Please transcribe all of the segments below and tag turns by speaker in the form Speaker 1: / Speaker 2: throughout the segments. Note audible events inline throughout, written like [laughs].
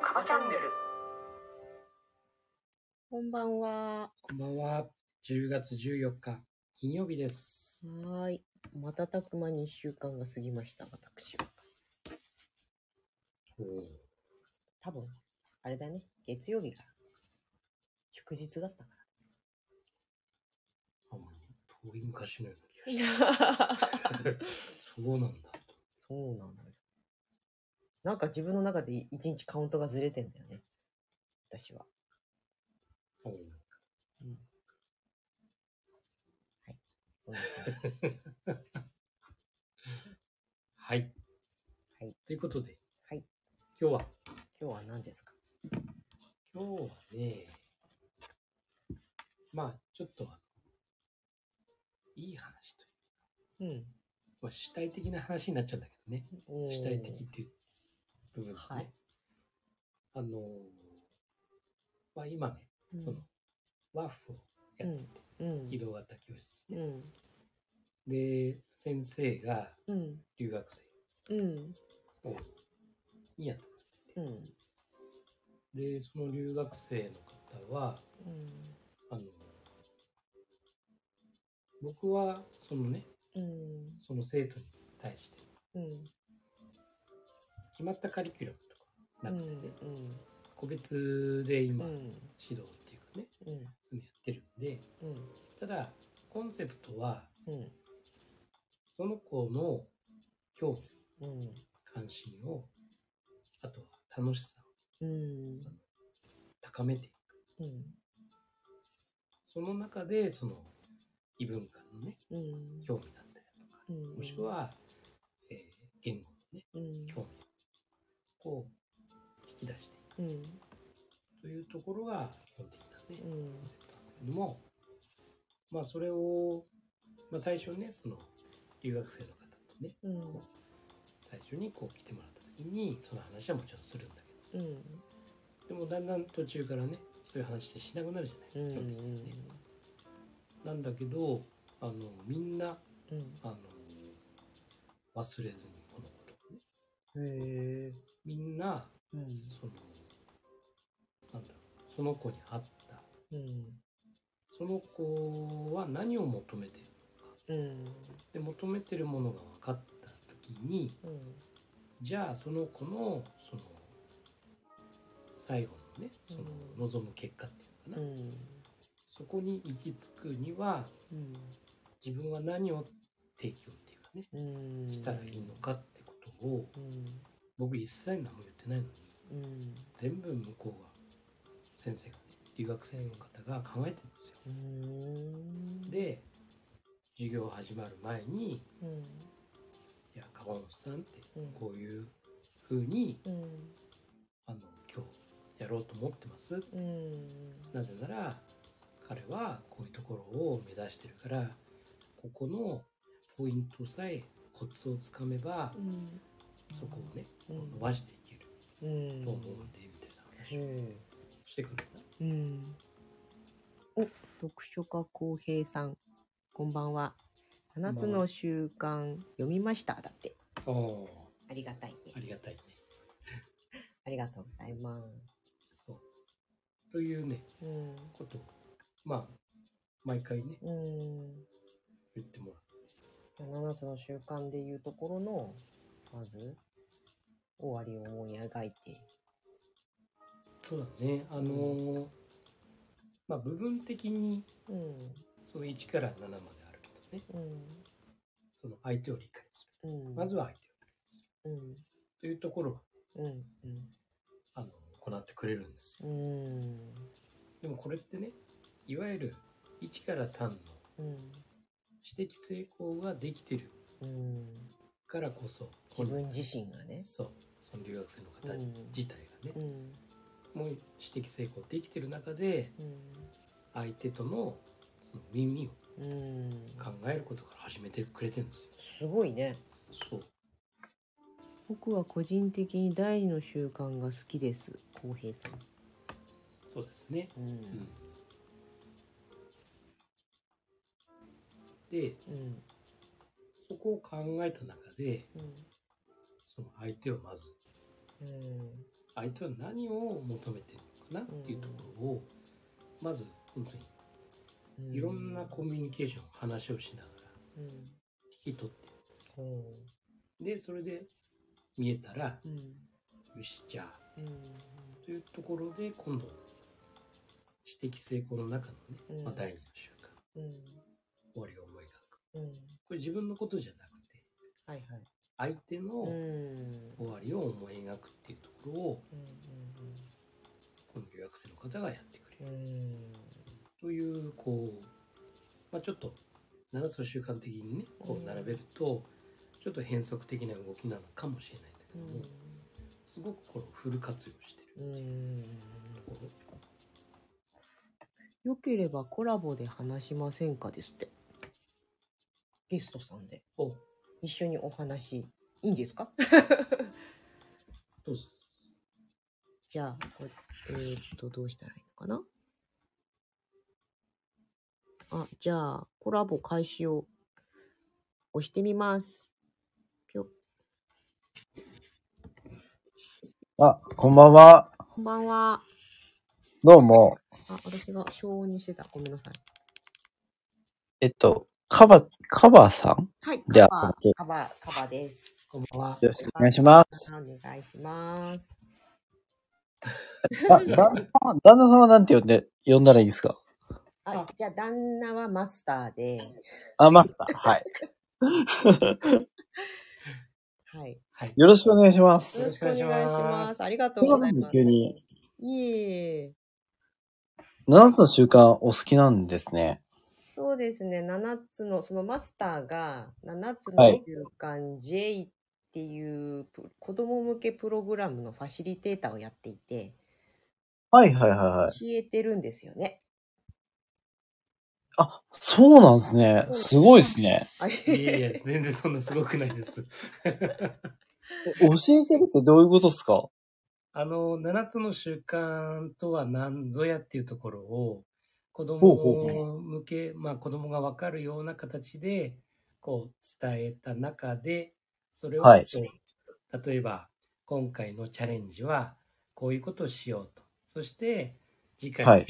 Speaker 1: カバチャンネル
Speaker 2: こんばんは。
Speaker 3: こんばんは。10月14日、金曜日です。
Speaker 2: はーい。瞬く間に1週間が過ぎました、私は。多分、あれだね。月曜日が祝日だったか
Speaker 3: あもう遠い昔のような気がし
Speaker 2: ら。
Speaker 3: てそうなんだ。
Speaker 2: そうなんだよ。なんか自分の中で1日カウントがずれてんだよね。私は。
Speaker 3: おう
Speaker 2: そんな [laughs] 感じ
Speaker 3: はい。
Speaker 2: はい。
Speaker 3: ということで、
Speaker 2: はい。
Speaker 3: 今日は、
Speaker 2: 今日は何ですか
Speaker 3: 今日はね、まあ、ちょっと、いい話という
Speaker 2: うん。
Speaker 3: まあ、主体的な話になっちゃうんだけどね。主体的っていう部分でね。
Speaker 2: はい
Speaker 3: あのーまあ今ね、
Speaker 2: うん
Speaker 3: その、ワーフをやってて、
Speaker 2: うん。
Speaker 3: 移動型教室
Speaker 2: う
Speaker 3: ね。
Speaker 2: ん。
Speaker 3: で、先生が
Speaker 2: うん。
Speaker 3: 留学生
Speaker 2: うん。
Speaker 3: を、にやって
Speaker 2: うん。
Speaker 3: で、その留学生の方は、
Speaker 2: うん。
Speaker 3: あの、僕は、そのね、
Speaker 2: うん。
Speaker 3: その生徒に対して、
Speaker 2: うん。
Speaker 3: 決まったカリキュラムとかなくてね、
Speaker 2: うん。
Speaker 3: 個別で
Speaker 2: う
Speaker 3: 今、
Speaker 2: ん。
Speaker 3: 指導っていうかね、
Speaker 2: うん。
Speaker 3: そういうのやってるんで、
Speaker 2: うん。
Speaker 3: ただ、コンセプトは、
Speaker 2: うん。
Speaker 3: その子の興味、
Speaker 2: うん。
Speaker 3: 関心を、あとは楽しさを
Speaker 2: うん。
Speaker 3: 高めていく。
Speaker 2: うん。
Speaker 3: その中で、その、異文化のね、
Speaker 2: うん。
Speaker 3: 興味だったりとか、
Speaker 2: うん
Speaker 3: もしくは、えー言語のね、
Speaker 2: うん。
Speaker 3: 興味を引き出してい
Speaker 2: うん。
Speaker 3: くというところが基本的なね、
Speaker 2: うん
Speaker 3: コンセプトなんだけども、まあ、それを、まあ、最初ね、その、留学生の方とね、
Speaker 2: うん。
Speaker 3: 最初にこう来てもらった時に、その話はもちろんするんだけど、
Speaker 2: うん。
Speaker 3: でもだんだん途中からねそういう話ってしなくなるじゃな
Speaker 2: う
Speaker 3: い、
Speaker 2: ん。
Speaker 3: 基本的にねなんだけどあのみんな
Speaker 2: うん。
Speaker 3: あの忘れずにこのことをね
Speaker 2: へえ。
Speaker 3: みんな
Speaker 2: うん。
Speaker 3: そのなんだろうその子に合った
Speaker 2: うん。
Speaker 3: その子は何を求めてるのか
Speaker 2: うん。
Speaker 3: で求めてるものが分かった時に
Speaker 2: うん。
Speaker 3: じゃあその子のその最後のねその
Speaker 2: うん
Speaker 3: 望む結果っていうのか
Speaker 2: う
Speaker 3: な、
Speaker 2: ん。
Speaker 3: そこに行き着くには
Speaker 2: うん。
Speaker 3: 自分は何を提供っていうかね
Speaker 2: うん。
Speaker 3: したらいいの。かってことを
Speaker 2: うん。
Speaker 3: 僕一切何も言ってないのに
Speaker 2: うん。
Speaker 3: 全部向こうが先生がね留学生の方が考えてるんですよ。
Speaker 2: うん。、
Speaker 3: で授業始まる前に
Speaker 2: うん。
Speaker 3: 「いや川本さん」って
Speaker 2: うん
Speaker 3: こういう風に
Speaker 2: うん。
Speaker 3: あの今日やろうと思ってます。
Speaker 2: うん。
Speaker 3: なぜなら彼はこういうところを目指してるからここのポイントさえコツをつかめば
Speaker 2: うん。
Speaker 3: そこをね
Speaker 2: う
Speaker 3: 伸
Speaker 2: ん。
Speaker 3: ばしていける。
Speaker 2: うん。
Speaker 3: と思うんで、みたいな話を
Speaker 2: うん。
Speaker 3: してくるんだ。
Speaker 2: うん。お、読書家浩平さん、こんばんは。
Speaker 3: んは
Speaker 2: 七つの習慣読みました。だって。
Speaker 3: ああ、
Speaker 2: ありがたいね。
Speaker 3: ありがたいね。
Speaker 2: ありがとうございま
Speaker 3: そう。というね、
Speaker 2: す。うん。
Speaker 3: ことを、まあ、毎回ね、
Speaker 2: うん。
Speaker 3: 言ってもら
Speaker 2: 七つの習慣でいうところの、まず、終わりを思い描いて。
Speaker 3: う。そうだね、あのーまあ、部分的に、
Speaker 2: うん。
Speaker 3: その1から7まであるけどね、
Speaker 2: うん。
Speaker 3: その相手を理解する。
Speaker 2: うん。
Speaker 3: まず
Speaker 2: は。
Speaker 3: は相手を理解する。
Speaker 2: うん。
Speaker 3: というところは、
Speaker 2: うん。
Speaker 3: あの、行ってくれるんですよ。
Speaker 2: うん。
Speaker 3: でもこれってね、いわゆる1から3の
Speaker 2: うん。
Speaker 3: 知的成功ができてる
Speaker 2: うん。
Speaker 3: からこそ、
Speaker 2: 自分自身がね。
Speaker 3: そう、その留学生の
Speaker 2: う
Speaker 3: 方に。
Speaker 2: ん。
Speaker 3: 自体が
Speaker 2: う
Speaker 3: ね、
Speaker 2: ん。
Speaker 3: もう私的成功できてる中で
Speaker 2: うん。
Speaker 3: 相手とのその耳を
Speaker 2: うん。
Speaker 3: 考えることから始めてくれてるんです
Speaker 2: す
Speaker 3: よ。
Speaker 2: ごいね。
Speaker 3: そう
Speaker 2: 僕は個人的に第二の習慣が好きです。浩平さん。
Speaker 3: そうですね。
Speaker 2: うん
Speaker 3: うん、で
Speaker 2: うん
Speaker 3: そこを考えた中で
Speaker 2: うん
Speaker 3: その相手をまず
Speaker 2: うん
Speaker 3: 相手は何を求めてるのかなっていうところを、まず本当
Speaker 2: うん
Speaker 3: にいろんなコミュニケーション話をしながら
Speaker 2: うん
Speaker 3: 引き取って
Speaker 2: ほ
Speaker 3: でそれで見えたら
Speaker 2: ううん
Speaker 3: よしじゃあ
Speaker 2: うん
Speaker 3: というところで今度知的成功の中のね、
Speaker 2: うん
Speaker 3: まあ、第2の習慣
Speaker 2: うん
Speaker 3: 終わりを思い描く
Speaker 2: うん
Speaker 3: これ自分のことじゃなくて
Speaker 2: はいはい
Speaker 3: 相手の
Speaker 2: うん
Speaker 3: 終わりを思い描くっていうところを
Speaker 2: うん
Speaker 3: この留学生の方がやってくれ
Speaker 2: うんう
Speaker 3: る
Speaker 2: ん
Speaker 3: というこう、まあ、ちょっと7つの習慣的にねこう並べるとちょっと変則的な動きなのかもしれないんだけ
Speaker 2: う
Speaker 3: ど
Speaker 2: ん
Speaker 3: もすごくこれをフル活用してる
Speaker 2: うん
Speaker 3: ところ
Speaker 2: よければコラボで話しませんかですってゲストさんで
Speaker 3: を
Speaker 2: 一緒にお話いいんですか
Speaker 3: どうぞ
Speaker 2: じゃあこえー、っとどうしたらいいのかなあじゃあコラボ開始を押してみますぴょ
Speaker 4: あ、こんばんは。
Speaker 2: こんばんは
Speaker 4: どうも。
Speaker 2: あ私が小音にしてたごめんなさい
Speaker 4: えっと、カバ、カバさん
Speaker 2: はい
Speaker 4: じゃあ
Speaker 2: カバ
Speaker 4: こっち
Speaker 2: ーカバーカバーです
Speaker 3: こんばんは
Speaker 4: よろしくお願いします。
Speaker 2: お願いします
Speaker 4: [laughs] あ、旦那、旦那様なんて呼んで、呼んだらいいですか
Speaker 2: あじゃあ旦那はマスターで
Speaker 4: あ、マスター。はい。
Speaker 2: はい
Speaker 3: はい
Speaker 4: よろしくお願いしま
Speaker 2: よ
Speaker 4: す。
Speaker 2: ろしくお願いしますありがと
Speaker 4: す
Speaker 2: う
Speaker 4: い
Speaker 2: ござ
Speaker 4: ませ
Speaker 2: い
Speaker 4: ん
Speaker 2: ま
Speaker 4: ね、
Speaker 2: す
Speaker 4: 急に。
Speaker 2: いえいえ
Speaker 4: 7つの習慣お好きなんですね。
Speaker 2: そうですね、7つの、そのマスターが7つ
Speaker 4: は
Speaker 2: の
Speaker 4: い
Speaker 2: 習慣 J っていうプ子供向けプログラムのファシリテーターをやっていて、
Speaker 4: はいはいはい
Speaker 2: 教
Speaker 4: はい。
Speaker 2: えてるんですよね。
Speaker 4: あ、そうなんですね。すごいですね。
Speaker 2: あ
Speaker 3: いえい
Speaker 2: れ
Speaker 3: え全然そんなすごくないです
Speaker 4: え教えてるってどういうことですか
Speaker 3: あの、7つの習慣とは何ぞやっていうところを、子
Speaker 4: ほうほう
Speaker 3: 供向け、まあ子供がわかるような形で、こう伝えた中で、それを、
Speaker 4: はい
Speaker 3: こう例えば、今回のチャレンジは、こういうことをしようと。そして、次回の、
Speaker 4: はい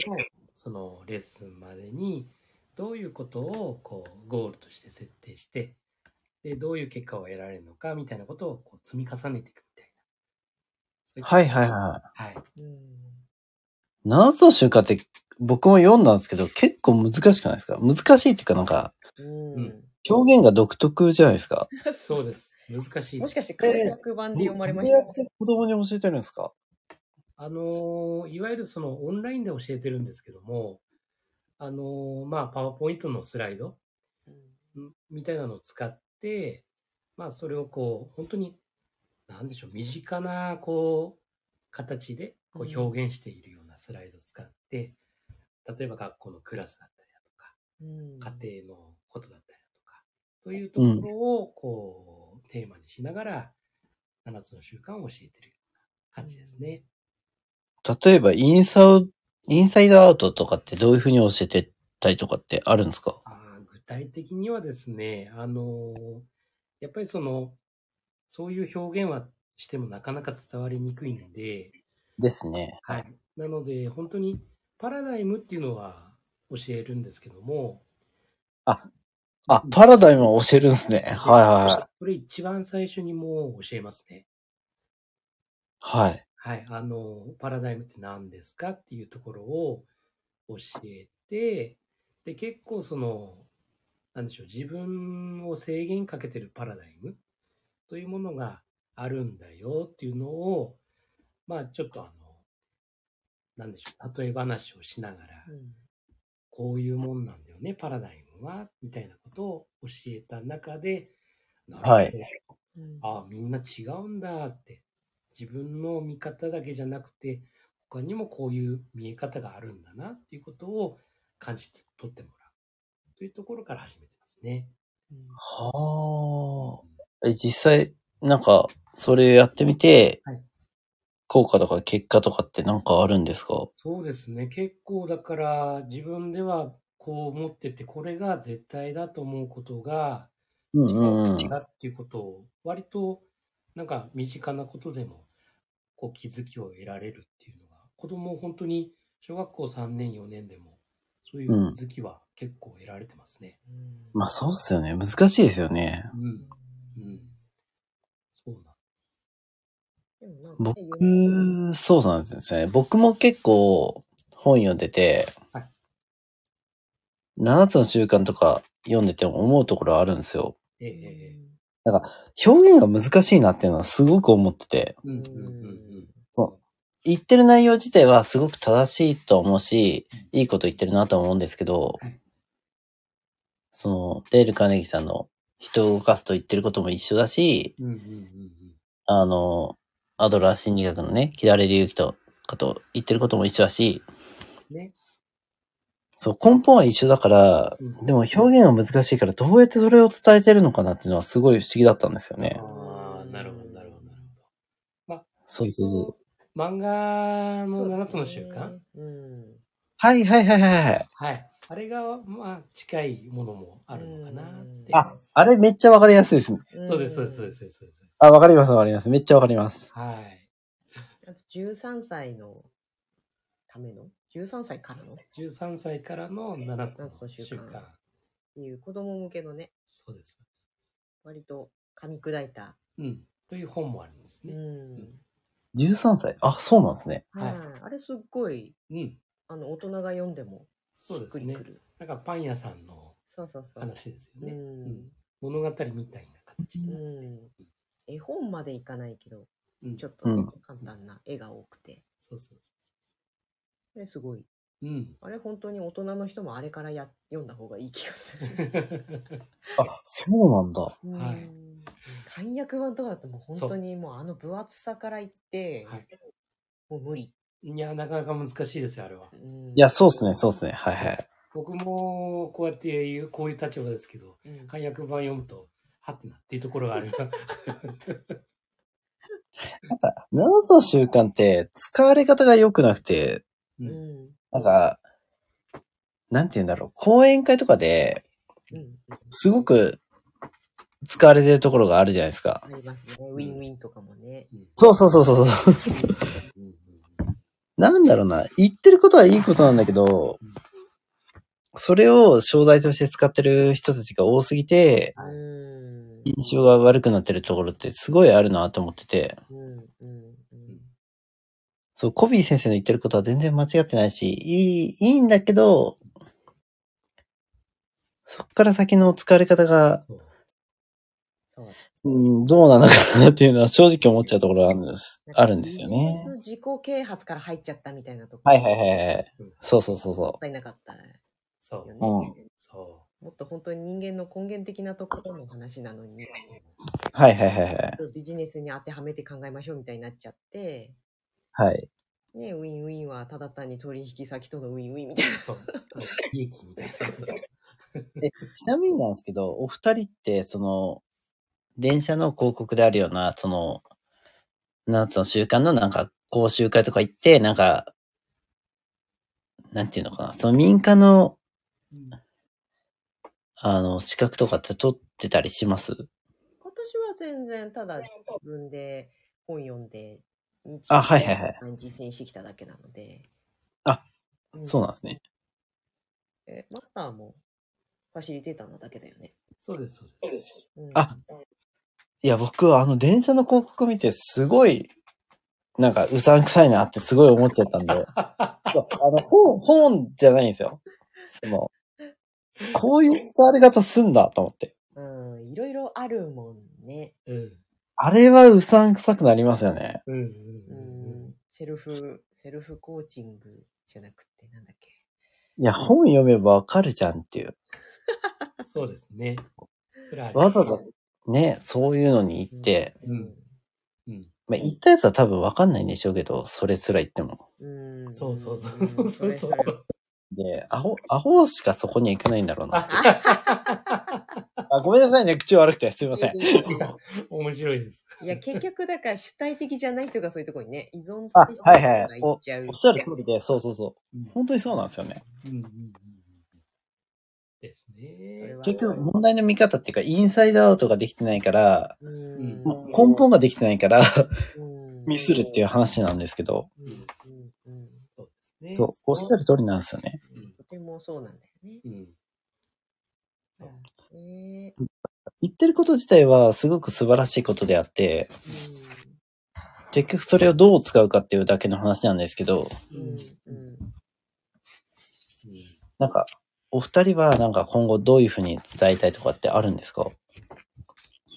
Speaker 3: そのレッスンまでに、どういうことを、こう、ゴールとして設定して、で、どういう結果を得られるのか、みたいなことを、こう、積み重ねていくみたいな。そういった
Speaker 4: はいはいは
Speaker 2: [laughs]
Speaker 3: はい。
Speaker 2: [laughs] うん
Speaker 4: い。7つの習慣って僕も読んだんですけど、結構難しくないですか難しいっていうかなんか、
Speaker 2: うん
Speaker 3: うん
Speaker 4: 表現が独特じゃないですか。
Speaker 3: そうです。難しいです。
Speaker 2: もしかして、開拓版で読まれまし
Speaker 4: どう
Speaker 2: た
Speaker 4: やって子供に教えてるんですか
Speaker 3: あのーいわゆるそのオンラインで教えてるんですけども、あのーまあ、パワーポイントのスライドんみたいなのを使って、まあ、それをこう、本当に、なんでしょう、身近な、こう、形で
Speaker 2: う
Speaker 3: こ
Speaker 2: ん
Speaker 3: う表現しているようなスライドを使って、例えば学校のクラスだったりだとか、
Speaker 2: うん
Speaker 3: 家庭のことだったりだとか、というところを、こう、テーマにしながら、7つの習慣を教えてるような感じですね。
Speaker 4: 例えば、インサウ、インサイドアウトとかってどういうふうに教えてたりとかってあるんですか
Speaker 3: あー具体的にはですね、あのーやっぱりその、そういう表現はしてもなかなか伝わりにくいので、
Speaker 4: ですね。
Speaker 3: はい。なので、本当にパラダイムっていうのは教えるんですけども、
Speaker 4: あ、パラダイムを教えるんですね。はいは
Speaker 3: それ一番最初にもう教えますね。
Speaker 4: いはい。はい。
Speaker 3: はい。あのーパラダイムって何ですかっていうところを教えて、で、結構その、なんでしょう、自分を制限かけてるパラダイムというものがあるんだよっていうのを、まあちょっとあの、なんでしょう、例え話をしながら
Speaker 2: う、ん
Speaker 3: こういうもんなんだよね、パラダイムは、みたいなことを教えた中で、なるほど
Speaker 4: はい
Speaker 2: うん
Speaker 3: ああ、みんな違うんだって。自分の見方だけじゃなくて、他にもこういう見え方があるんだなっていうことを感じて取ってもらう。というところから始めてますね。
Speaker 2: うん
Speaker 4: は
Speaker 3: うん
Speaker 4: あ。え、実際、なんか、それやってみて、
Speaker 3: はい
Speaker 4: 効果とか結果とかってなんかあるんですか
Speaker 3: そうですね。結構だから自分ではこう思ってて、これが絶対だと思うことが
Speaker 4: う
Speaker 3: 違
Speaker 4: んうんうん。
Speaker 3: だっていうことを、割となんか身近なことでもこう気づきを得られるっていうのが、子供本当に小学校3年、4年でもそういう気づきは結構得られてますね。
Speaker 2: うん
Speaker 4: まあそうっすよね。難しいですよね。
Speaker 3: うん。うん。そうなん
Speaker 2: でもなんかね
Speaker 4: 僕、そうなんですね。僕も結構本読んでて、
Speaker 3: はい
Speaker 4: 7つの習慣とか読んでても思うところあるんですよ。
Speaker 3: ええ
Speaker 2: 読んだら
Speaker 3: ええ。
Speaker 4: 表現が難しいなっていうのはすごく思ってて、
Speaker 3: うんうん
Speaker 2: う
Speaker 3: うんん
Speaker 4: 言ってる内容自体はすごく正しいと思うし、いいこと言ってるなと思うんですけど
Speaker 3: はい、
Speaker 4: その、デール・カーネギーさんの人を動かすと言ってることも一緒だし、
Speaker 3: うん。うんうんうん
Speaker 4: あの、アドラー心理学のね、切られる勇気とかと言ってることも一緒だし、
Speaker 3: うん。ね。
Speaker 4: そう、根本は一緒だから、
Speaker 3: うん
Speaker 4: でも表現が難しいからどうやってそれを伝えてるのかなっていうのはすごい不思議だったんですよね。
Speaker 3: ああ、なるほど、なるほど、なるほど。
Speaker 4: そうそうそう。
Speaker 3: 漫画
Speaker 2: そ
Speaker 3: の
Speaker 2: うだね
Speaker 3: 7つの習慣
Speaker 2: うん。
Speaker 4: はいはいはいはいはい。
Speaker 3: はい。あれが、まあ、近いものもあるのかなって。
Speaker 4: あ、あれめっちゃわかりやすいですね。
Speaker 3: そうです、そうです、そうです、そうです。そうです
Speaker 4: あ、わかりますわかります。めっちゃわかります。
Speaker 3: はい。
Speaker 2: あと13歳のための ?13 歳からのっ
Speaker 3: 13歳からの7つの習
Speaker 2: 習慣
Speaker 3: 慣。
Speaker 2: ていう子供向けのね、
Speaker 3: そうです。
Speaker 2: 割と噛み砕いた。
Speaker 3: うん。という本もあるんです
Speaker 2: う
Speaker 3: ね。
Speaker 2: ん。
Speaker 4: 13歳。あ、そうなんですね。
Speaker 2: は
Speaker 3: はいい。
Speaker 2: あれすっごい、
Speaker 3: うん。
Speaker 2: あの、大人が読んでもし
Speaker 3: そう
Speaker 2: っ
Speaker 3: です
Speaker 2: くり
Speaker 3: ね
Speaker 2: く。る。
Speaker 3: なんかパン屋さんの
Speaker 2: そうそうそう。
Speaker 3: 話ですよ
Speaker 2: う
Speaker 3: ね。
Speaker 2: ん。
Speaker 3: 物語みたいな形
Speaker 2: う
Speaker 3: になって
Speaker 2: ん。絵本までいかないけど、
Speaker 3: うん。
Speaker 2: ちょ
Speaker 3: そう
Speaker 2: っとね
Speaker 4: うん
Speaker 2: 簡単な絵が多くて。
Speaker 3: そうそう
Speaker 2: あれすごい。
Speaker 3: そう。うん。
Speaker 2: あれ本当に大人の人もあれからや読んだ方がいい気が
Speaker 3: [laughs]
Speaker 2: する。
Speaker 4: あ、そうなんだ。
Speaker 3: はい
Speaker 2: うん簡約版とかだともう本当にもうあの分厚さからいって、
Speaker 3: はい
Speaker 2: もう無理。
Speaker 3: いや、なかなか難しいですよ、あれは。
Speaker 2: うん
Speaker 4: いや、そうっすね、そうっすね。はいはい。
Speaker 3: 僕も、こうやって言う、こういう立場ですけど、
Speaker 2: うん
Speaker 3: 解約版読むと、はってなっていうところがあ
Speaker 2: [laughs]
Speaker 3: る。
Speaker 4: なんか、7つの習慣って使われ方が良くなくて、
Speaker 2: う
Speaker 3: う
Speaker 2: んん
Speaker 4: なんか、なんて言うんだろう。講演会とかで、
Speaker 2: うん
Speaker 4: すごく使われてるところがあるじゃないですか
Speaker 2: あ。りますね。ウィンウィンとかもね。
Speaker 4: そうそうそうそうそう。
Speaker 3: うんうん
Speaker 4: なんだろうな。言ってることはいいことなんだけど、それを商材として使ってる人たちが多すぎて、
Speaker 3: はい
Speaker 2: うん
Speaker 4: 印象が悪くなってるところってすごいあるなと思ってて、
Speaker 2: うんうんうん
Speaker 4: そう、コビー先生の言ってることは全然間違ってないし、いい、いいんだけど、そっから先の使われ方が、
Speaker 3: そう
Speaker 2: そう。
Speaker 4: うん、どうなのかなっていうのは正直思っちゃうところがあるんです。あるんですよね
Speaker 2: 実。質自己啓発から入っちゃったみたいなとこ
Speaker 4: はいはいはいはい
Speaker 3: うん。
Speaker 4: そうそうそう
Speaker 2: もっ
Speaker 4: そ
Speaker 2: たいなかったよね。
Speaker 3: そう
Speaker 4: う。うん。
Speaker 3: そ
Speaker 2: もっと本当に人間の根源的なところの話なのに、
Speaker 4: はいはいはいはい。
Speaker 2: ビジネスに当てはめて考えましょうみたいになっちゃって、
Speaker 4: はい。
Speaker 2: ね、ウィンウィンはただ単に取引先とのウィンウィンみたいな [laughs]
Speaker 3: う。そう。利益みたいな。
Speaker 4: ちなみになんですけど、お二人って、その、電車の広告であるような、その、なんつうの習慣のなんか、講習会とか行って、なんか、なんていうのかな、その民間の、
Speaker 3: うん
Speaker 4: あの、資格とかって取ってたりします
Speaker 2: 今年は全然ただ自分で本読んで日
Speaker 4: あはいはいはい
Speaker 2: い実践してきただけなので
Speaker 4: あ、
Speaker 2: そ
Speaker 4: そ
Speaker 2: う
Speaker 4: うなんんですね。
Speaker 2: えマスターもファシリテーターなだけだよね、
Speaker 3: そうです、そうです。
Speaker 2: うん
Speaker 4: あいや、僕はあの、電車の広告見て、すごい、なんか、うさんくさいなってすごい思っちゃったんで、 [laughs] そうあの、本、本じゃないんですよ。その、こういう使われ方すんだと思って。
Speaker 2: うんいろいろあるもんね、
Speaker 3: うん。
Speaker 4: あれはうさんくさくなりますよね。
Speaker 3: うん。うん
Speaker 2: う
Speaker 3: うん
Speaker 2: ん、セルフセルフコーチングじゃなくてなんだっけ
Speaker 4: いや、本読めばわかるじゃんっていう。
Speaker 3: うん。そうですね。それはありま
Speaker 4: わ
Speaker 3: す
Speaker 4: ざわざね、そういうのに行って、
Speaker 3: うんうん。
Speaker 4: まあ、行ったやつは多分わかんないんでしょうけど、それすら行っても。
Speaker 2: うんうん
Speaker 3: そうそうそうそうそ
Speaker 2: れ
Speaker 3: うそ
Speaker 2: れ
Speaker 3: う。
Speaker 4: で、アホ、アホしかそこには行かないんだろうな。
Speaker 3: あ
Speaker 4: あ、ごめんなさいね。口悪くて。すいません。
Speaker 3: [laughs] 面白いです。
Speaker 2: いや、結局、だから主体的じゃない人がそういうところにね、依存す
Speaker 4: あ
Speaker 2: る人
Speaker 4: はいはい
Speaker 2: が行っちゃう。
Speaker 4: おっしゃる通りで、そうそうそう。本当にそうなんですよね。
Speaker 3: うんうんうんうんです
Speaker 2: それ
Speaker 3: ね
Speaker 2: は。
Speaker 4: 結局、問題の見方っていうか、インサイドアウトができてないから、
Speaker 2: う
Speaker 3: うん
Speaker 4: もうん根本ができてないから、
Speaker 2: うん
Speaker 4: ミスるっていう話なんですけど、
Speaker 3: うん
Speaker 2: うんうん
Speaker 3: そうですね。
Speaker 4: そう、おっしゃる通りなんですよね。
Speaker 3: うん
Speaker 2: とてもそうなんだよね。
Speaker 3: うんそう
Speaker 2: え
Speaker 4: 言ってること自体はすごく素晴らしいことであって、結局それをどう使うかっていうだけの話なんですけど、
Speaker 2: う
Speaker 3: うん
Speaker 2: んう
Speaker 3: うん
Speaker 2: ん
Speaker 4: なんか、お二人はなんか今後どういうふうに伝えたいとかってあるんですか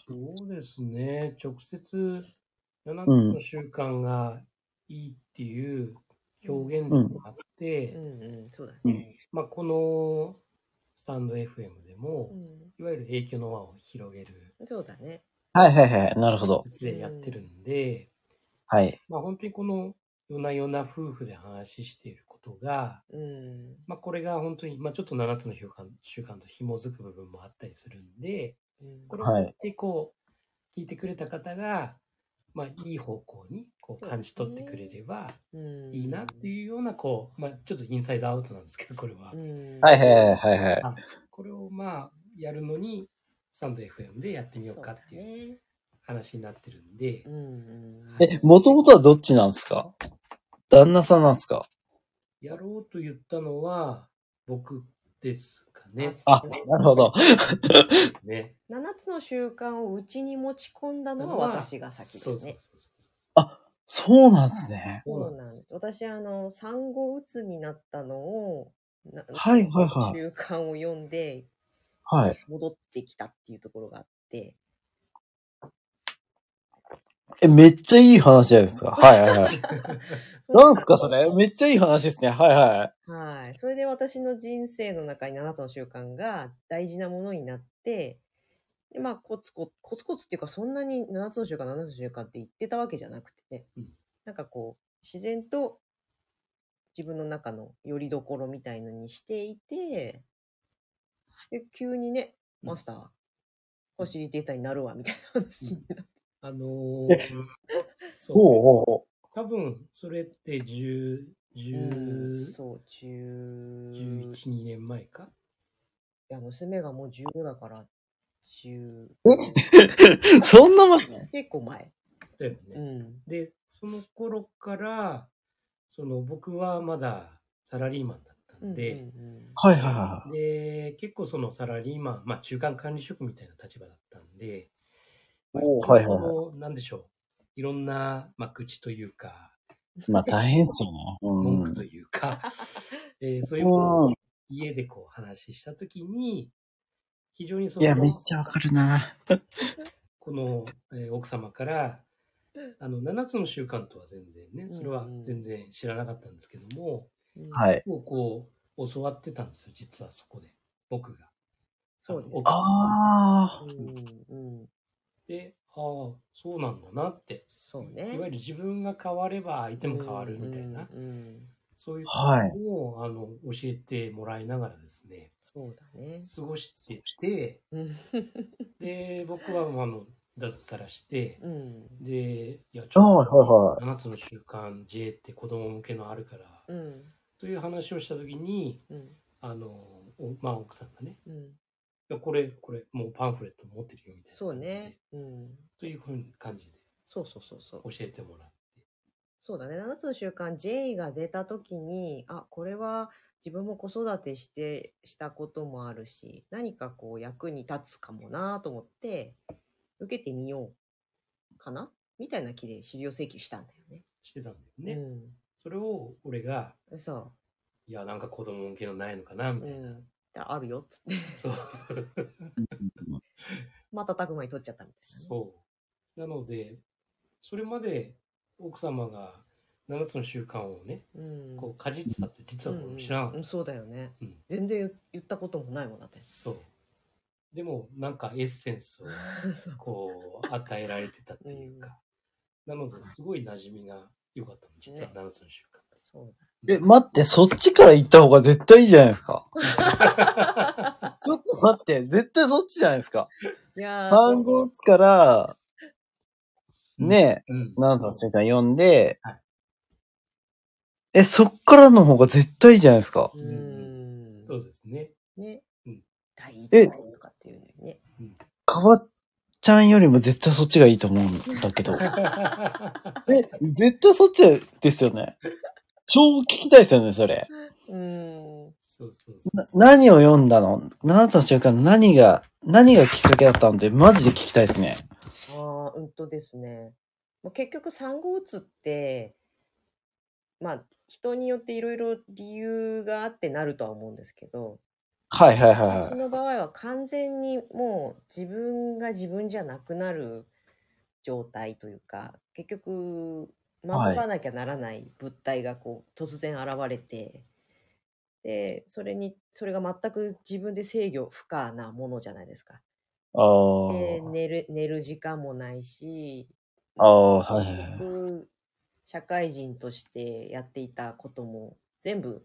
Speaker 3: そうですね。直接、7つの習慣がいいっていう表現でもあって、
Speaker 2: うんうんそうだね。
Speaker 3: まあ、このスタンド FM でも、
Speaker 2: う
Speaker 3: いわゆる影響の輪を広げる
Speaker 2: んそうだね。
Speaker 4: はいはいはい、なるほど。
Speaker 3: 形でやってるんで、
Speaker 4: はい。
Speaker 3: まあ、本当にこの夜な夜な夫婦で話していることが、
Speaker 2: うん
Speaker 3: まあ、これが本当に、まあ、ちょっと7つの習慣習慣と紐づく部分もあったりするんで、
Speaker 2: うん
Speaker 3: これ
Speaker 4: は
Speaker 3: を
Speaker 4: い
Speaker 3: でこう、聞いてくれた方が、まあ、いい方向にこう感じ取ってくれれば
Speaker 2: うん
Speaker 3: いいなっていうような、こう、まあ、ちょっとインサイドアウトなんですけど、これは。
Speaker 2: うん
Speaker 4: はいはいはいはい。
Speaker 3: あこれをまあやるのにスタンド FM でやってみようかっていう
Speaker 2: う
Speaker 3: 話になってるんで、
Speaker 2: だね。うんうん
Speaker 4: え、もともとはどっちなんですか旦那さんなんですか
Speaker 3: やろうと言ったのは僕ですかね。
Speaker 4: あ、なるほど。
Speaker 3: ね。
Speaker 2: 7つの習慣をうちに持ち込んだのは私が先
Speaker 3: そう
Speaker 2: で
Speaker 3: そう
Speaker 2: ね。
Speaker 3: そうそう。
Speaker 4: そうなんですね。
Speaker 2: そうなんです。私、あの、産後うつになったのを、な
Speaker 4: はいはいはい
Speaker 2: 習慣を読んで、
Speaker 4: はい。
Speaker 2: 戻ってきたっていうところがあって、
Speaker 4: え、めっちゃいい話じゃない [laughs] ですか。はいはいはい。なんすかそれめっちゃいい話ですね。はいは
Speaker 2: はい。それで私の人生の中に7つの習慣が大事なものになって、でまあ、コツコツ、コツコツっていうか、そんなに7つの習慣、7つの習慣って言ってたわけじゃなくてね、
Speaker 3: うん
Speaker 2: なんかこう、自然と自分の中の拠り所みたいのにしていて、で、急にね、
Speaker 3: うん
Speaker 2: マスター、ファシリテーターになるわ、みたいな話になって。
Speaker 3: あのー、
Speaker 4: い。お
Speaker 3: そう
Speaker 4: おおう
Speaker 3: 多分それって10、
Speaker 2: うん
Speaker 3: 10、
Speaker 2: そう、中
Speaker 3: 11、、2年前か。
Speaker 2: いや、娘がもう15だから、中、
Speaker 4: [laughs] そんなもんね。
Speaker 2: 結構前。
Speaker 3: だよね。
Speaker 2: うん。
Speaker 3: で、その頃から、その僕はまだサラリーマンだったんで、
Speaker 2: うんうんうん
Speaker 4: はいはいは
Speaker 3: で、結構そのサラリーマン、まあ中間管理職みたいな立場だったんで、まあ
Speaker 4: おーはいはいはい
Speaker 3: ろろなんでしょう。いろんな、まあ、愚痴というか、
Speaker 4: い。まあ大変っすよね。うん
Speaker 3: 文句という
Speaker 4: [laughs]
Speaker 3: か、えーそういうことを家でこう話ししたときに、非常にそ
Speaker 4: い
Speaker 3: の、
Speaker 4: や、めっちゃわかるな。
Speaker 3: この、えー奥様から、あの、7つの習慣とは全然ね、それは全然知らなかったんですけども、
Speaker 2: い。
Speaker 4: はい。
Speaker 3: もうこう、教わってたんですよ、実はそこで、僕が。
Speaker 2: そうです
Speaker 3: あの奥様
Speaker 4: ああ。
Speaker 2: うんうん。
Speaker 3: で、ああ、そうなんだなって。
Speaker 2: そう
Speaker 3: いわゆ
Speaker 2: ね。
Speaker 3: る自分が変われば相手も変わるみたいな、
Speaker 2: うんうん
Speaker 3: そういう
Speaker 4: はい
Speaker 3: のを、あの教えてもらいながらですね、
Speaker 2: そうだね。
Speaker 3: 過ごしてて、
Speaker 2: うん。
Speaker 3: で、僕はあの脱サラして、
Speaker 2: うん。
Speaker 3: で、いや、ち
Speaker 4: は
Speaker 3: ょ
Speaker 4: い
Speaker 3: っ
Speaker 4: は
Speaker 3: と7つの習慣 J って子供向けのあるから、
Speaker 2: うん。
Speaker 3: という話をしたときに、
Speaker 2: うん。
Speaker 3: あの、おまあ奥さんがね、
Speaker 2: うん。
Speaker 3: いやこれ、これ、もうパンフレット持ってるよみたいな。
Speaker 2: そうね。。うん。
Speaker 3: というふうな感じで
Speaker 2: そうそうそうそう。
Speaker 3: 教えてもらって。
Speaker 2: そうだね。7つの習慣 J が出た時に、あ、これは自分も子育てして、したこともあるし、何かこう役に立つかもなと思って、受けてみようかなみたいな気で資料請求したんだよね。
Speaker 3: してたんだよね。それを俺が、
Speaker 2: うん。そう。
Speaker 3: いや、なんか子供向けのないのかな、みたいな。
Speaker 2: うんあるよっつって、
Speaker 3: そう。
Speaker 2: 瞬く間に取っちゃったみたいなね、
Speaker 3: そう。なので、それまで奥様が7つの習慣をね、
Speaker 2: うん。
Speaker 3: こう、かじってたって実は
Speaker 2: うんうん
Speaker 3: 僕知らなか
Speaker 2: う
Speaker 3: っ
Speaker 2: んそうだよね。
Speaker 3: た。うん。
Speaker 2: 全然言言ったこともないもんだって。
Speaker 3: そう。でも、なんかエッセンスを、
Speaker 2: そう
Speaker 3: こう、与えられてたというか。なので、すごい馴染みが良かったの、実は7つの習慣。
Speaker 2: そうだ
Speaker 4: え、待って、そっちから行った方が絶対いいじゃないです [laughs] か。ちょっと待って、絶対そっちじゃないですか。
Speaker 2: いやー
Speaker 4: 3号機から、ね
Speaker 3: うん
Speaker 4: え、。7つの瞬間読んで
Speaker 3: はい、
Speaker 4: え、そっからの方が絶対いいじゃないですか。
Speaker 2: うー
Speaker 3: そ
Speaker 2: ん
Speaker 3: うですね。
Speaker 2: ね
Speaker 3: うん。
Speaker 2: 第一
Speaker 4: え
Speaker 2: 回とかっていうのにね。
Speaker 4: かばちゃんよりも絶対そっちがいいと思うんだけど。え、絶対そっちですよね。超聞きたいですよね、それ。
Speaker 2: うーん。
Speaker 3: [laughs] そうそう
Speaker 4: な何を読んだの ?7 つの瞬間何が、何がきっかけだったのってマジで聞きたいですね。
Speaker 2: ああ、うんとですね。まあ結局産後うつって、まあ人によっていろいろ理由があってなるとは思うんですけど、
Speaker 4: はいはいはい
Speaker 2: 私
Speaker 4: はい。
Speaker 2: の場合は完全にもう自分が自分じゃなくなる状態というか、結局守らなきゃならない物体がこう突然現れて、で、それに、それが全く自分で制御不可なものじゃないですか。
Speaker 4: ああ。
Speaker 2: で寝る寝る時間もないし
Speaker 4: ああ、はいはいはい。
Speaker 2: 僕社会人としてやっていたことも全部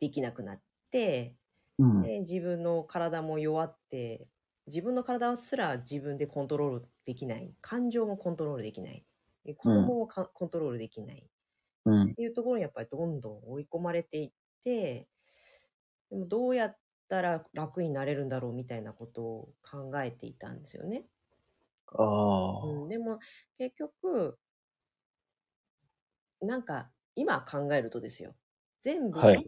Speaker 2: できなくなって
Speaker 4: うん。
Speaker 2: で自分の体も弱って自分の体すら自分でコントロールできない感情もコントロールできないで子供もかコントロールできない
Speaker 4: うん
Speaker 2: っ。ていうところにやっぱりどんどん追い込まれていってでもどうやったら楽になれるんだろうみたいなことを考えていたんですよね。
Speaker 4: ああ。
Speaker 2: うん、でも結局なんか今考えるとですよ全部
Speaker 4: はい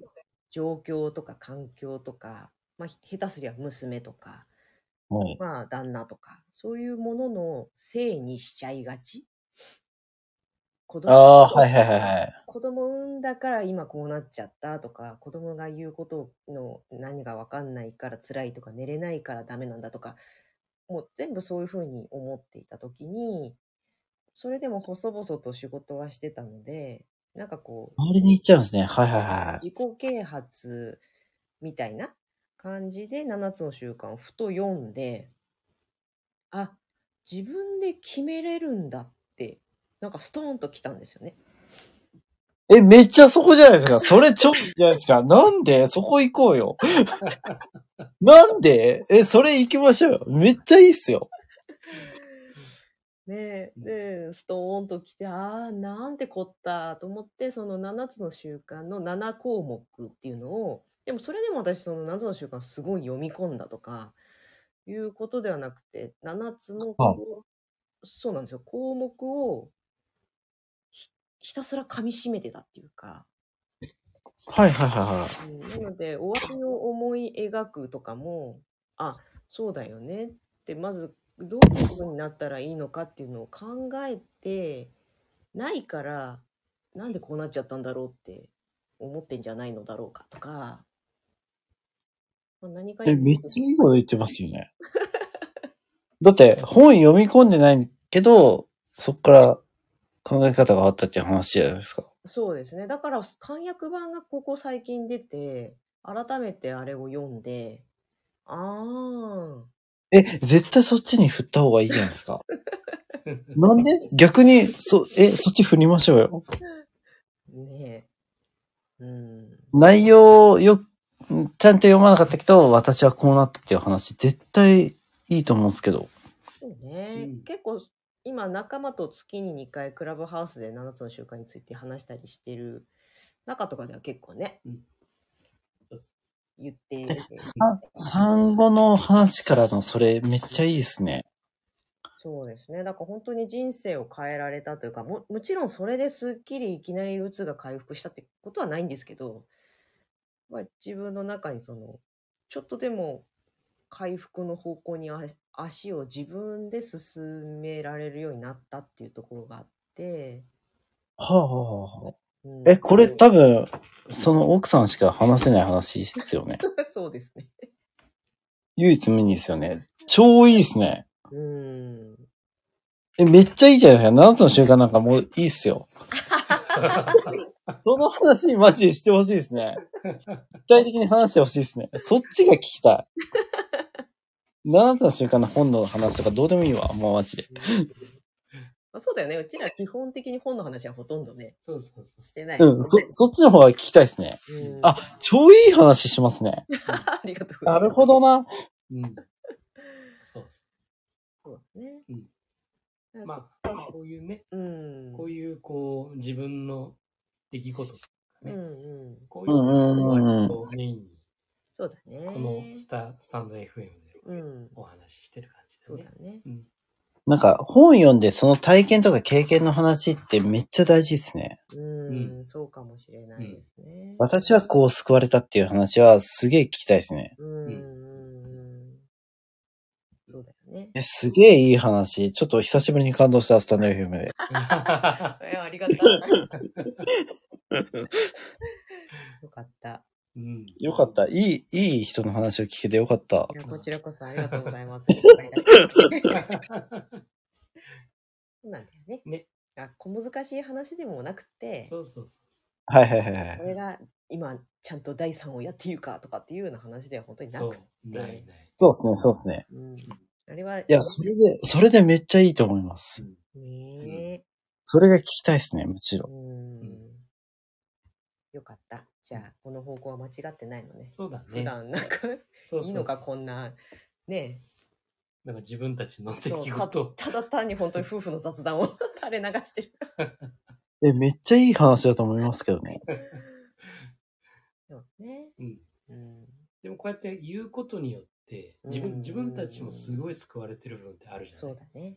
Speaker 2: 状況とか環境とか、まあ、ひ下手すりゃ娘とか、
Speaker 4: はい。
Speaker 2: まあ、旦那とかそういうもののせいにしちゃいがち子供
Speaker 4: ああー、はいはいはいはい。
Speaker 2: 子供産んだから今こうなっちゃったとか子供が言うことの何が分かんないから辛いとか寝れないからダメなんだとかもう全部そういうふうに思っていた時にそれでも細々と仕事はしてたのでなんかこう
Speaker 4: 周りに行っちゃうんですね。はいはいはい。
Speaker 2: 自己啓発みたいな感じで7つの習慣をふと読んであ自分で決めれるんだってなんかストーンときたんですよね。
Speaker 4: え、めっちゃそこじゃないですか。それ超いいじゃないですか。なんでそこ行こう [laughs] よ。なんでえ、それ行きましょうよ。めっちゃいいっすよ。
Speaker 2: ね
Speaker 3: うん
Speaker 2: え、で、ストーンと来て、ああ、なんてこったと思って、その7つの習慣の7項目っていうのを、でもそれでも私その7つの習慣すごい読み込んだとか、いうことではなくて、7つの
Speaker 4: あ
Speaker 2: こう、そうなんですよ、項目をひひたすら噛み締めてたっていうか、
Speaker 4: はいはいはいはい。
Speaker 2: うんなので、終わりを思い描くとかも、あ、そうだよねって、まずどういうふうになったらいいのかっていうのを考えてないから、なんでこうなっちゃったんだろうって思ってんじゃないのだろうかとか、まあ、何か
Speaker 4: え、めっちゃいいこと言ってますよね。だって、本読み込んでないけど、そっから考え方があったっていう話じゃないですか。
Speaker 2: そうですね。だから、簡約版がここ最近出て、改めてあれを読んで、ああ、
Speaker 4: え、絶対そっちに振った方がいいじゃないです [laughs] か。なんで逆に、そ、え、そっち振りましょうよ。
Speaker 2: ねえ。うん。
Speaker 4: 内容をよ、ちゃんと読まなかったけど、私はこうなったっていう話、絶対いいと思うんですけど。
Speaker 2: そうね、
Speaker 3: うん
Speaker 2: 結構今仲間と月に2回クラブハウスで7つの習慣について話したりしてる中とかでは結構ね
Speaker 3: そうそう
Speaker 2: 言ってる
Speaker 4: あ、産後の話からのそれめっちゃいいですね。
Speaker 2: そうですねだから本当に人生を変えられたというかももちろんそれですっきりいきなりうつが回復したってことはないんですけど、まあ、自分の中にそのちょっとでも回復の方向に足足を自分で進められるようになったっていうところがあって。
Speaker 4: はあ、はあはあ、
Speaker 2: うん
Speaker 4: え、これ多分、その奥さんしか話せない話ですよね。
Speaker 2: [laughs] そうですね。
Speaker 4: 唯一無二ですよね。超いいですね。
Speaker 2: うーん。
Speaker 4: え、めっちゃいいじゃないですか。7つの習慣なんかもういいっすよ。その話マジでしてほしいですね。具体的に話してほしいですね。そっちが聞きたい。7つの習慣の本の話とかどうでもいいわ。もうマジで。
Speaker 2: あそうだよね。うちら基本的に本の話はほとんどね、
Speaker 3: そうそう
Speaker 2: [laughs]
Speaker 3: そう。
Speaker 2: してない、
Speaker 4: うん、そ、そっちの方が聞きたいですね。
Speaker 2: うん
Speaker 4: あ、超いい話しますね。
Speaker 2: ありがとうございます。
Speaker 4: なるほどな。
Speaker 3: うん。そうそ
Speaker 2: そうだね。
Speaker 3: うん
Speaker 2: だから
Speaker 3: う。
Speaker 2: そ
Speaker 3: まあ、こういうね、
Speaker 2: うん。
Speaker 3: こういうこう、自分の出来事とか
Speaker 2: う
Speaker 3: ね、
Speaker 2: んうん。
Speaker 3: こういう
Speaker 4: うんうん
Speaker 3: の
Speaker 4: うんうん
Speaker 3: を割とメインに、
Speaker 2: そうだね。
Speaker 3: このスタスタンド FM で
Speaker 2: うん。
Speaker 3: お話ししてる感じです
Speaker 2: そうだね。
Speaker 3: ね。うん。
Speaker 4: なんか本読んでその体験とか経験の話ってめっちゃ大事ですね。
Speaker 2: うん。そうかもしれないですね。
Speaker 4: 私はこう救われたっていう話はすげえ聞きたいですね。
Speaker 2: うん
Speaker 3: う
Speaker 2: うん。そうだよね。
Speaker 4: え、すげえいい話。ちょっと久しぶりに感動した、スタンド FM で。
Speaker 2: え、ありがたい。 [laughs] よかった。 [laughs]
Speaker 3: うん。
Speaker 4: よかった。いい、いい人の話を聞けてよかった。
Speaker 2: [laughs] いや、
Speaker 3: ま
Speaker 2: こ
Speaker 3: あ
Speaker 2: ちらこそありがとうござい [laughs] ます。そうなんだよね。
Speaker 3: ね
Speaker 2: あ小難しい話でもなくて、
Speaker 3: [laughs] そうそうそ
Speaker 4: はいはいはいは
Speaker 2: こ
Speaker 4: い。
Speaker 2: れが今ちゃんと第3をやっているかとかっていうような話では本当
Speaker 3: う。
Speaker 2: にな
Speaker 3: そう
Speaker 2: くて、。
Speaker 3: ないない。
Speaker 4: そうですね、そうですね。
Speaker 2: うん、あれはい
Speaker 4: いや、それで、それでめっちゃいいと思いま
Speaker 3: う
Speaker 4: す。
Speaker 3: ん
Speaker 2: ねえ、
Speaker 4: それが聞きたいですね、むしろ
Speaker 2: う。んよかった。じゃあこの方向は間違ってないのね。
Speaker 3: そうだ
Speaker 2: 普
Speaker 3: ね。
Speaker 2: 段なんか、
Speaker 3: そうそう
Speaker 2: い
Speaker 3: そう
Speaker 2: いのかこんなね
Speaker 3: なんか自分たちの出
Speaker 2: そう
Speaker 3: 来
Speaker 2: た
Speaker 3: 事を。
Speaker 2: ただ単に本当に夫婦の雑談を垂れ流してる。
Speaker 4: え、めっちゃいい話だと思いますけどね。
Speaker 2: そうね。
Speaker 3: うん
Speaker 2: うん。
Speaker 3: でもこうやって言うことによって、自
Speaker 2: うん
Speaker 3: 分、自分たちもすごい救われてる部分ってあるじゃない
Speaker 2: そうだね。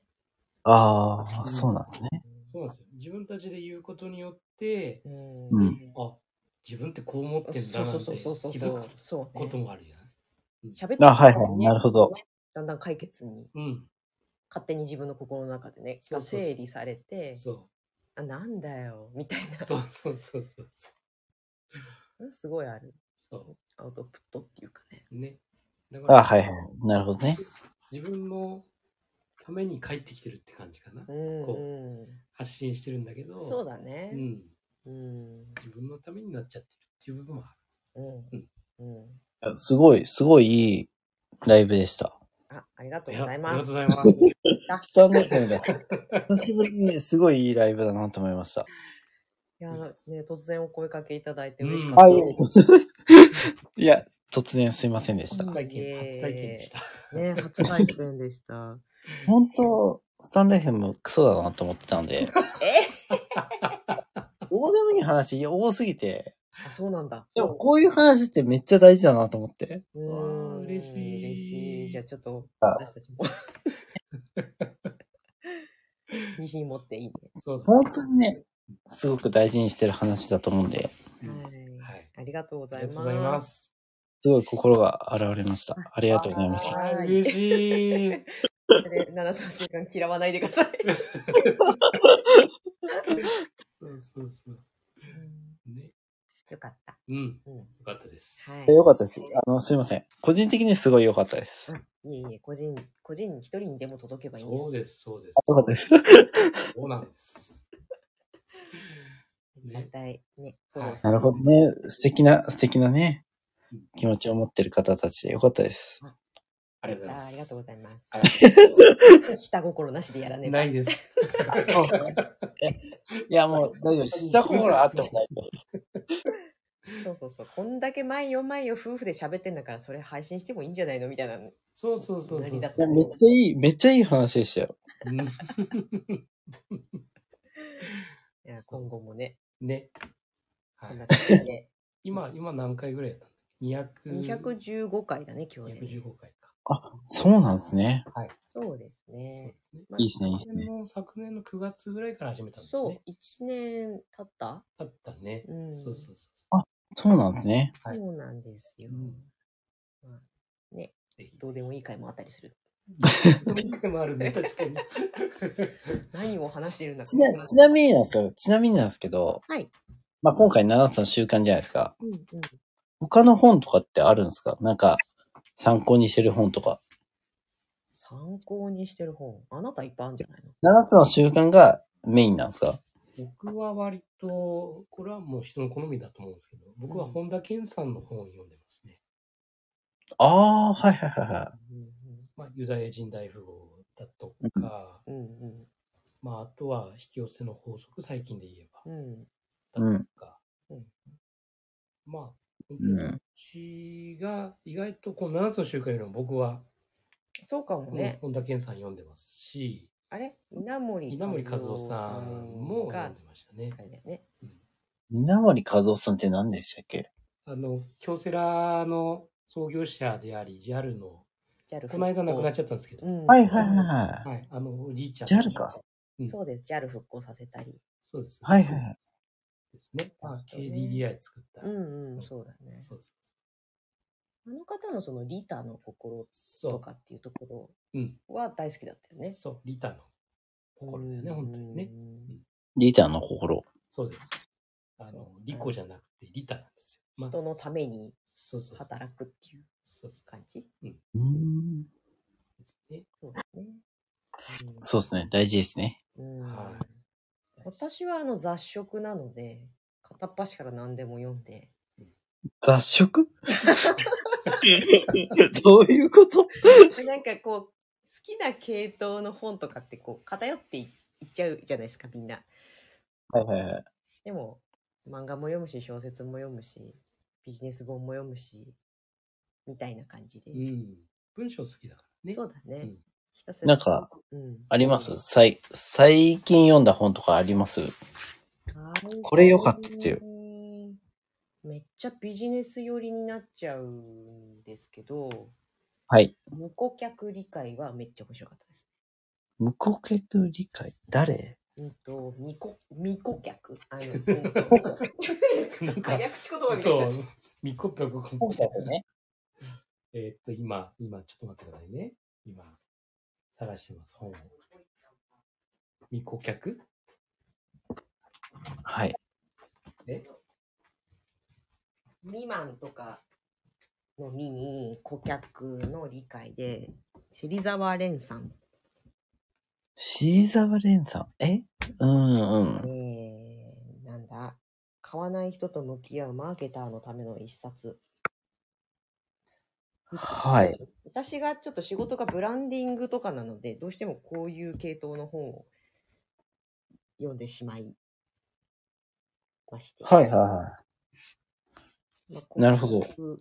Speaker 4: ああ、そうなんですね。
Speaker 3: そうなんですよ。自分たちで言うことによって、
Speaker 2: うん。
Speaker 4: うん
Speaker 3: あ、自分ってこう思ってんだな
Speaker 2: そ
Speaker 3: ん
Speaker 2: う
Speaker 3: て
Speaker 2: そうそうそう
Speaker 3: 気
Speaker 2: そ
Speaker 3: づ
Speaker 2: う
Speaker 3: く。
Speaker 2: そう
Speaker 3: こと
Speaker 2: ね。
Speaker 3: もあるじゃない
Speaker 2: 喋ってる
Speaker 4: あ、はい
Speaker 2: 中で
Speaker 4: はい、
Speaker 2: ね
Speaker 4: なるほど。
Speaker 2: だんだん解決に、
Speaker 3: うん。
Speaker 2: 勝手に自分の心の中でね、
Speaker 3: そう
Speaker 2: が
Speaker 3: そうそう
Speaker 2: 整理されて、
Speaker 3: そ。
Speaker 2: あ、なんだよ、みたいうな。
Speaker 3: そうそうそうそう。
Speaker 2: すごいある。
Speaker 3: そ
Speaker 2: アウトプットっていうかね。
Speaker 3: う。ね。だか
Speaker 4: あ、はいはい、なるほどね。
Speaker 3: 自分のために帰ってきてるって感じかな
Speaker 2: う。ん、
Speaker 3: こう
Speaker 2: うん。
Speaker 3: 発信してるんだけど、
Speaker 2: そうだね
Speaker 3: う。ん。
Speaker 2: うん。
Speaker 3: 自分のためになっちゃってるっていう部分もあ
Speaker 2: うん
Speaker 3: うん。
Speaker 2: うん。
Speaker 4: すごい、すごいいいライブでした。
Speaker 2: あ、ありがと
Speaker 3: る。
Speaker 2: うござい
Speaker 3: あり
Speaker 2: ま
Speaker 3: がと
Speaker 2: す
Speaker 3: う。ございます。
Speaker 4: スタンド FM で。 [laughs] 久しぶりにすごいいいライブだなと思いました。
Speaker 2: いや、ね、突然お声かけいただいて
Speaker 3: うん
Speaker 2: 嬉しかった。
Speaker 4: あ、いや、 [laughs] いや、突然すいませんでした
Speaker 3: 初。体
Speaker 2: いえいえ
Speaker 3: 験、初体験でした。
Speaker 2: ね、初体験でした。
Speaker 4: 本当スタンド FM クソだなと思ってたん [laughs] で、
Speaker 2: え
Speaker 4: どうでもいい話多すぎて、
Speaker 2: あそうなんだ。
Speaker 4: でもこういう話ってめっちゃ大事だなと思って。
Speaker 2: うー
Speaker 3: わあ
Speaker 2: ん、
Speaker 3: 嬉しい
Speaker 2: 嬉しい。じゃあちょっと、
Speaker 4: あ
Speaker 2: 私たちも。 [laughs] 自信持っていいね。
Speaker 3: そうだ
Speaker 4: 本当にね、すごく大事にしてる話だと思うんで、
Speaker 3: うん
Speaker 2: はい。
Speaker 3: はい。
Speaker 2: ありがとうご
Speaker 3: あ
Speaker 2: ざ
Speaker 3: り
Speaker 2: います。
Speaker 3: がとうございます。
Speaker 4: すごい心が現れました。ありがとうございました。
Speaker 2: はい
Speaker 3: はい、嬉しい。
Speaker 2: それ7、3週間嫌わないでください。
Speaker 3: [laughs] そうそうそう。ね。
Speaker 2: よかった。
Speaker 3: うん。よ
Speaker 2: うん。
Speaker 3: かったです。
Speaker 2: は
Speaker 4: えよかったです。あの、すいません。個人的にすごい良かったです。
Speaker 2: い。いえいえ、個人、個人一人にでも届けばいいんです。
Speaker 3: そうです、そうです。
Speaker 4: 良かったです。
Speaker 3: そうなんです。
Speaker 2: 団
Speaker 3: ね。
Speaker 2: 体、ね。
Speaker 3: はい
Speaker 4: [laughs] なるほどね。素敵な、素敵なね、気持ちを持ってる方たちでよかったです。
Speaker 3: ありがとうご
Speaker 2: あ
Speaker 3: ざいます。
Speaker 2: ありがとうございます。
Speaker 3: ありがとうござい
Speaker 2: 下心なしでやら
Speaker 3: ま
Speaker 2: ね
Speaker 3: す。
Speaker 2: ば
Speaker 3: ないです。
Speaker 4: そうです [laughs] ね。いや、もう大丈夫です。下心あっても大丈夫。
Speaker 2: そうそうそう。こんだけ前よ前よ夫婦で喋ってんだから、それ配信してもいいんじゃないのみたいな。
Speaker 3: そうそうそうそう
Speaker 2: 何だっ
Speaker 4: い
Speaker 2: た
Speaker 4: やめっちゃいい、めっちゃいい話でしたよ。
Speaker 3: うん。
Speaker 2: いや今後もね、
Speaker 3: ね。は。
Speaker 2: こんない感じで。
Speaker 3: 今、今何回ぐらいやったの ?200。
Speaker 2: 215回だね、今日ね。
Speaker 3: 215回か。
Speaker 4: そうなんですね。
Speaker 2: そうです
Speaker 3: そう
Speaker 2: ね
Speaker 3: で。すね。
Speaker 2: まあ
Speaker 4: いいですね、いいです
Speaker 3: 昨年
Speaker 4: ね。
Speaker 3: の昨年の9月ぐらいから始めたんだよ
Speaker 2: そう
Speaker 3: ね。、
Speaker 2: 1年経った
Speaker 3: あったね。
Speaker 2: うん。
Speaker 3: そうそうそう。
Speaker 4: そうなんですね。
Speaker 3: はい
Speaker 2: そうなんですよ
Speaker 3: う。ん
Speaker 2: まあ、ね、
Speaker 3: ぜひ
Speaker 2: どうで
Speaker 3: [laughs]
Speaker 2: もいい回もあったりする。
Speaker 3: 何回もあるね、確かに。
Speaker 2: 何を話してるんだか
Speaker 4: ちな、ちなみになんですけど、ちなみになんですけど、
Speaker 2: はい。
Speaker 4: まあ、今回7つの習慣じゃないですか。
Speaker 2: うんうん。
Speaker 4: 他の本とかってあるんですかなんか、参考にしてる本とか。
Speaker 2: 参考にしてる本、あなたいっぱいあるんじゃないの
Speaker 4: 7つの習慣がメインなんですか
Speaker 3: 僕は割と、これはもう人の好みだと思うんですけど、僕は本田健さんの本を読んでますね。
Speaker 4: ああー、はいはいはいはい。
Speaker 2: うん
Speaker 3: まあ、ユダヤ人大富豪だとか、
Speaker 2: うんうん。
Speaker 3: まあ、あとは引き寄せの法則、最近で言えば。
Speaker 2: うん。
Speaker 4: うん
Speaker 3: だとか、
Speaker 2: うん
Speaker 3: まあ、本当
Speaker 4: う
Speaker 3: に私
Speaker 4: ん。
Speaker 3: が意外とこの7つの習慣よりも僕は、
Speaker 2: そうかもね。
Speaker 3: 本田健さん読んでますし、
Speaker 2: あれ稲森
Speaker 3: 稲森和夫さんも
Speaker 2: が
Speaker 3: 読んでましたね
Speaker 2: あ。れだよね。
Speaker 4: 稲森和夫さんって何でしたっけ
Speaker 3: あの、京セラの創業者であり、JAL の、
Speaker 2: ジャル
Speaker 3: この間亡くなっ
Speaker 2: ち
Speaker 3: ちゃったんですけど、
Speaker 2: うん。
Speaker 4: はいはいはい。
Speaker 3: はい、あの、おじいちゃん。
Speaker 4: JAL か。
Speaker 3: うん
Speaker 2: そうです。ジャル復興させたり。
Speaker 3: そうです。
Speaker 4: はいはいはい
Speaker 3: そうですね。まあ、
Speaker 2: そうね
Speaker 3: KDDI 作った。
Speaker 2: うんうん、そうだね。
Speaker 3: そうです。
Speaker 2: あの方のそのリタの心
Speaker 3: そう
Speaker 2: とかっていうとこ
Speaker 3: うん。
Speaker 2: ろは大好きだったよね。
Speaker 3: そう、リタの心だよね、本当にね
Speaker 2: う。ん
Speaker 4: リーターの心。
Speaker 3: そうです。あの、リコじゃなくて、リタなんですよ。まあ、
Speaker 2: 人のために
Speaker 3: そうそうそう。
Speaker 2: 働くっていう
Speaker 3: そうそう
Speaker 2: 感じ。
Speaker 4: うーん
Speaker 3: ですね。
Speaker 2: そうだね。うん
Speaker 4: そうですね。大事ですね。
Speaker 2: うん
Speaker 3: は
Speaker 2: 私はあの雑食なので、片っ端から何でも読んで、
Speaker 4: 雑食 [laughs] どういうこと
Speaker 2: [laughs] なんかこう、好きな系統の本とかってこう、偏っていいっちゃうじゃないですか、みんな。
Speaker 4: はいはいはい。
Speaker 2: でも、漫画も読むし、小説も読むし、ビジネス本も読むし、みたいな感じで。
Speaker 3: うん。文章好きだからね。
Speaker 2: そうだね。
Speaker 3: うん
Speaker 2: ひたすら。
Speaker 4: なんか、
Speaker 2: うん、。
Speaker 4: あります最、最近読んだ本とかありますこれ良かったっていう
Speaker 2: めっちゃビジネス寄りになっちゃうんですけど、
Speaker 4: はい。
Speaker 2: 無顧客理解はめっちゃ面白かったです。
Speaker 4: 無顧客理解。誰
Speaker 2: うんと、未顧未顧客あの、うんと
Speaker 3: なんか、
Speaker 2: 早口言葉みたいに
Speaker 3: そ
Speaker 2: な
Speaker 3: う
Speaker 2: っちゃっ。
Speaker 3: ミコペココ
Speaker 4: 無顧客ね。
Speaker 3: えーっと、今、今、ちょっと待ってくださいね。今、探してます、本を。未顧客
Speaker 4: はい。
Speaker 2: た未満とかの未に顧客の理解で、芹沢蓮さん
Speaker 4: シーザワレンさん。えうんうん。
Speaker 2: えー、なんだ、買わない人と向き合うマーケターのための一冊。
Speaker 4: はい。
Speaker 2: 私がちょっと仕事がブランディングとかなので、どうしてもこういう系統の本を読んでしまいまして。
Speaker 4: はいはいは
Speaker 2: まあ
Speaker 4: なるほど。
Speaker 2: こういう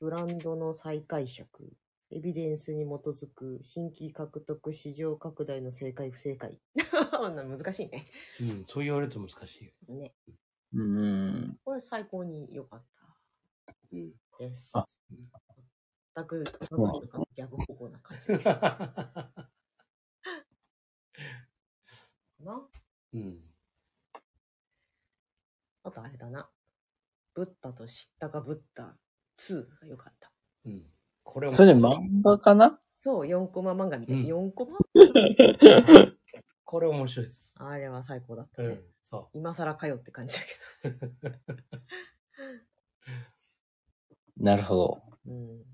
Speaker 2: ブランドの再解釈、エビデンスに基づく新規獲得、市場拡大の正解、不正解。 [laughs] 難しいね。
Speaker 3: うん、そう言われると難しいよ。
Speaker 2: ね。
Speaker 4: い。うん。
Speaker 2: これ最高に良かった。
Speaker 3: うん。
Speaker 2: です。
Speaker 4: あ
Speaker 2: 全く
Speaker 4: そうなの
Speaker 2: 逆方向な感じですかな。
Speaker 3: [laughs] うん。
Speaker 2: あとあれだな。ブッダと知ったかブッダ2が良かった。
Speaker 3: うん。これも
Speaker 4: それ漫画かな
Speaker 2: そう、4コマ漫画みたいな。
Speaker 3: うん
Speaker 2: 4コマ
Speaker 3: これ面白いです。
Speaker 2: あれは最高だった
Speaker 3: う
Speaker 2: ね。
Speaker 3: ん。そ
Speaker 2: 今更かよって感じだけ
Speaker 4: [laughs] なるほど。
Speaker 2: ど。うん、
Speaker 3: う。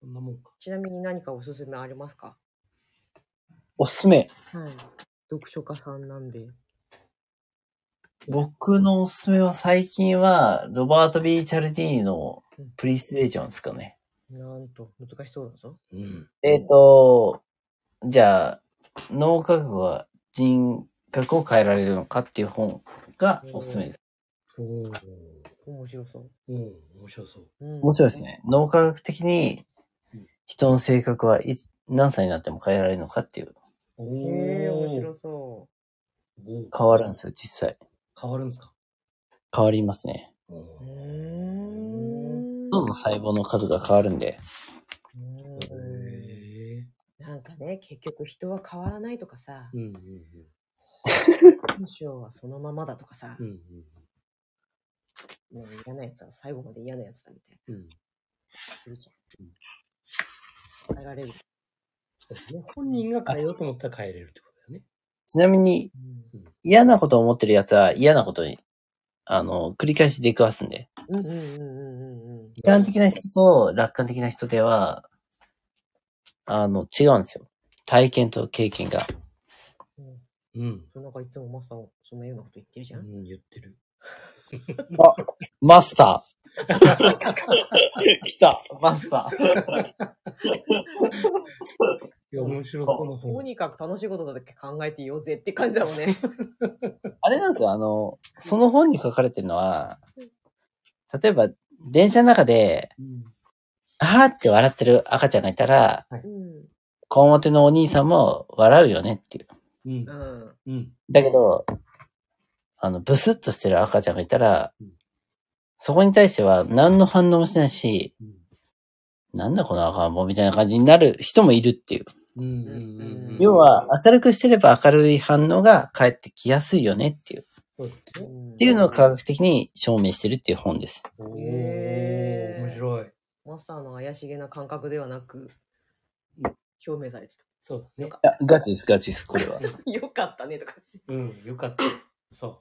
Speaker 3: こんなもんか。
Speaker 2: ちなみに何かおすすめありますか
Speaker 4: おすすめ。
Speaker 2: はい。読書家さんなんで。
Speaker 4: 僕のおすすめは最近は、ロバート・ B ・チャルディーニのプリステーションですかね。
Speaker 2: なんと、難しそうだぞ。
Speaker 3: うん。
Speaker 4: えっ、と、じゃあ、脳科学は人格を変えられるのかっていう本がおすすめです。
Speaker 3: おー
Speaker 2: 面白そう。
Speaker 3: うん、面白そう。
Speaker 2: うん、
Speaker 4: 面白いです。ね。脳科学的に人の性格はいつ何歳になっても変えられるのかっていう、
Speaker 3: お
Speaker 2: へえ、面白
Speaker 3: ー
Speaker 2: そ
Speaker 3: おー
Speaker 4: 変わるんですよ、実際。
Speaker 3: 変わるんですか
Speaker 4: 変わりますね。
Speaker 3: お
Speaker 2: う。うー
Speaker 3: ー
Speaker 2: ん。
Speaker 4: 脳の細胞の数が変わるんで。
Speaker 2: うん
Speaker 3: へえ。
Speaker 2: なんかね、結局人は変わらないとかさ
Speaker 3: う、んうん
Speaker 2: 文章はそのままだとかさ
Speaker 3: うん。う、ん
Speaker 2: もう嫌なやつは最後まで嫌なやつだみたい
Speaker 3: うんうん。
Speaker 2: な。いるじゃん。変えられる。
Speaker 3: そうですね。本人が変えようと思ったら変えれるってことだよね。
Speaker 4: ちなみに、嫌なことを思ってるやつは嫌なことに、あの、繰り返し出くわすんで。
Speaker 2: うんうんうんうんうんうん。
Speaker 4: 悲観的な人と楽観的な人では、あの、違うんですよ。体験と経験が。
Speaker 2: うん
Speaker 3: うん。
Speaker 2: そうなんかいつもマサオ、そのようなこと言ってるじゃ。
Speaker 3: うんん、言ってる。
Speaker 4: マスタ [laughs] ー来たマスター
Speaker 3: いや、面白い。
Speaker 4: そう
Speaker 3: この
Speaker 2: と
Speaker 3: 本。
Speaker 2: にかく楽しいことだけ考えていようぜって感じだもん
Speaker 4: [laughs]
Speaker 2: ね。
Speaker 4: あれなんですよ、あの、その本に書かれてるのは、例えば、電車の中で、
Speaker 3: うん
Speaker 4: あーって笑ってる赤ちゃんがいたら、
Speaker 2: うん。
Speaker 4: こわもてのお兄さんも笑うよねっていう。
Speaker 3: うん
Speaker 2: う。ん。
Speaker 3: うん。
Speaker 4: だけど、あの、ブスッとしてる赤ちゃんがいたら
Speaker 3: うん、
Speaker 4: そこに対しては何の反応もしないし、
Speaker 3: うん
Speaker 4: なんだこの赤ん坊みたいな感じになる人もいるっていう。
Speaker 3: うんうんうんうん
Speaker 4: 要は、明るくしてれば明るい反応が返ってきやすいよねっていう。
Speaker 3: そうですね。
Speaker 4: っていうのを科学的に証明してるっていう本です。
Speaker 3: おー、
Speaker 2: へー
Speaker 3: 面白い。
Speaker 2: マスターの怪しげな感覚ではなく
Speaker 3: う、
Speaker 2: 表明されてた。 [laughs]
Speaker 3: そうだね。
Speaker 4: いやガチです、ガチです、これは。
Speaker 2: よかったねとか。
Speaker 3: うん、よかった。そう。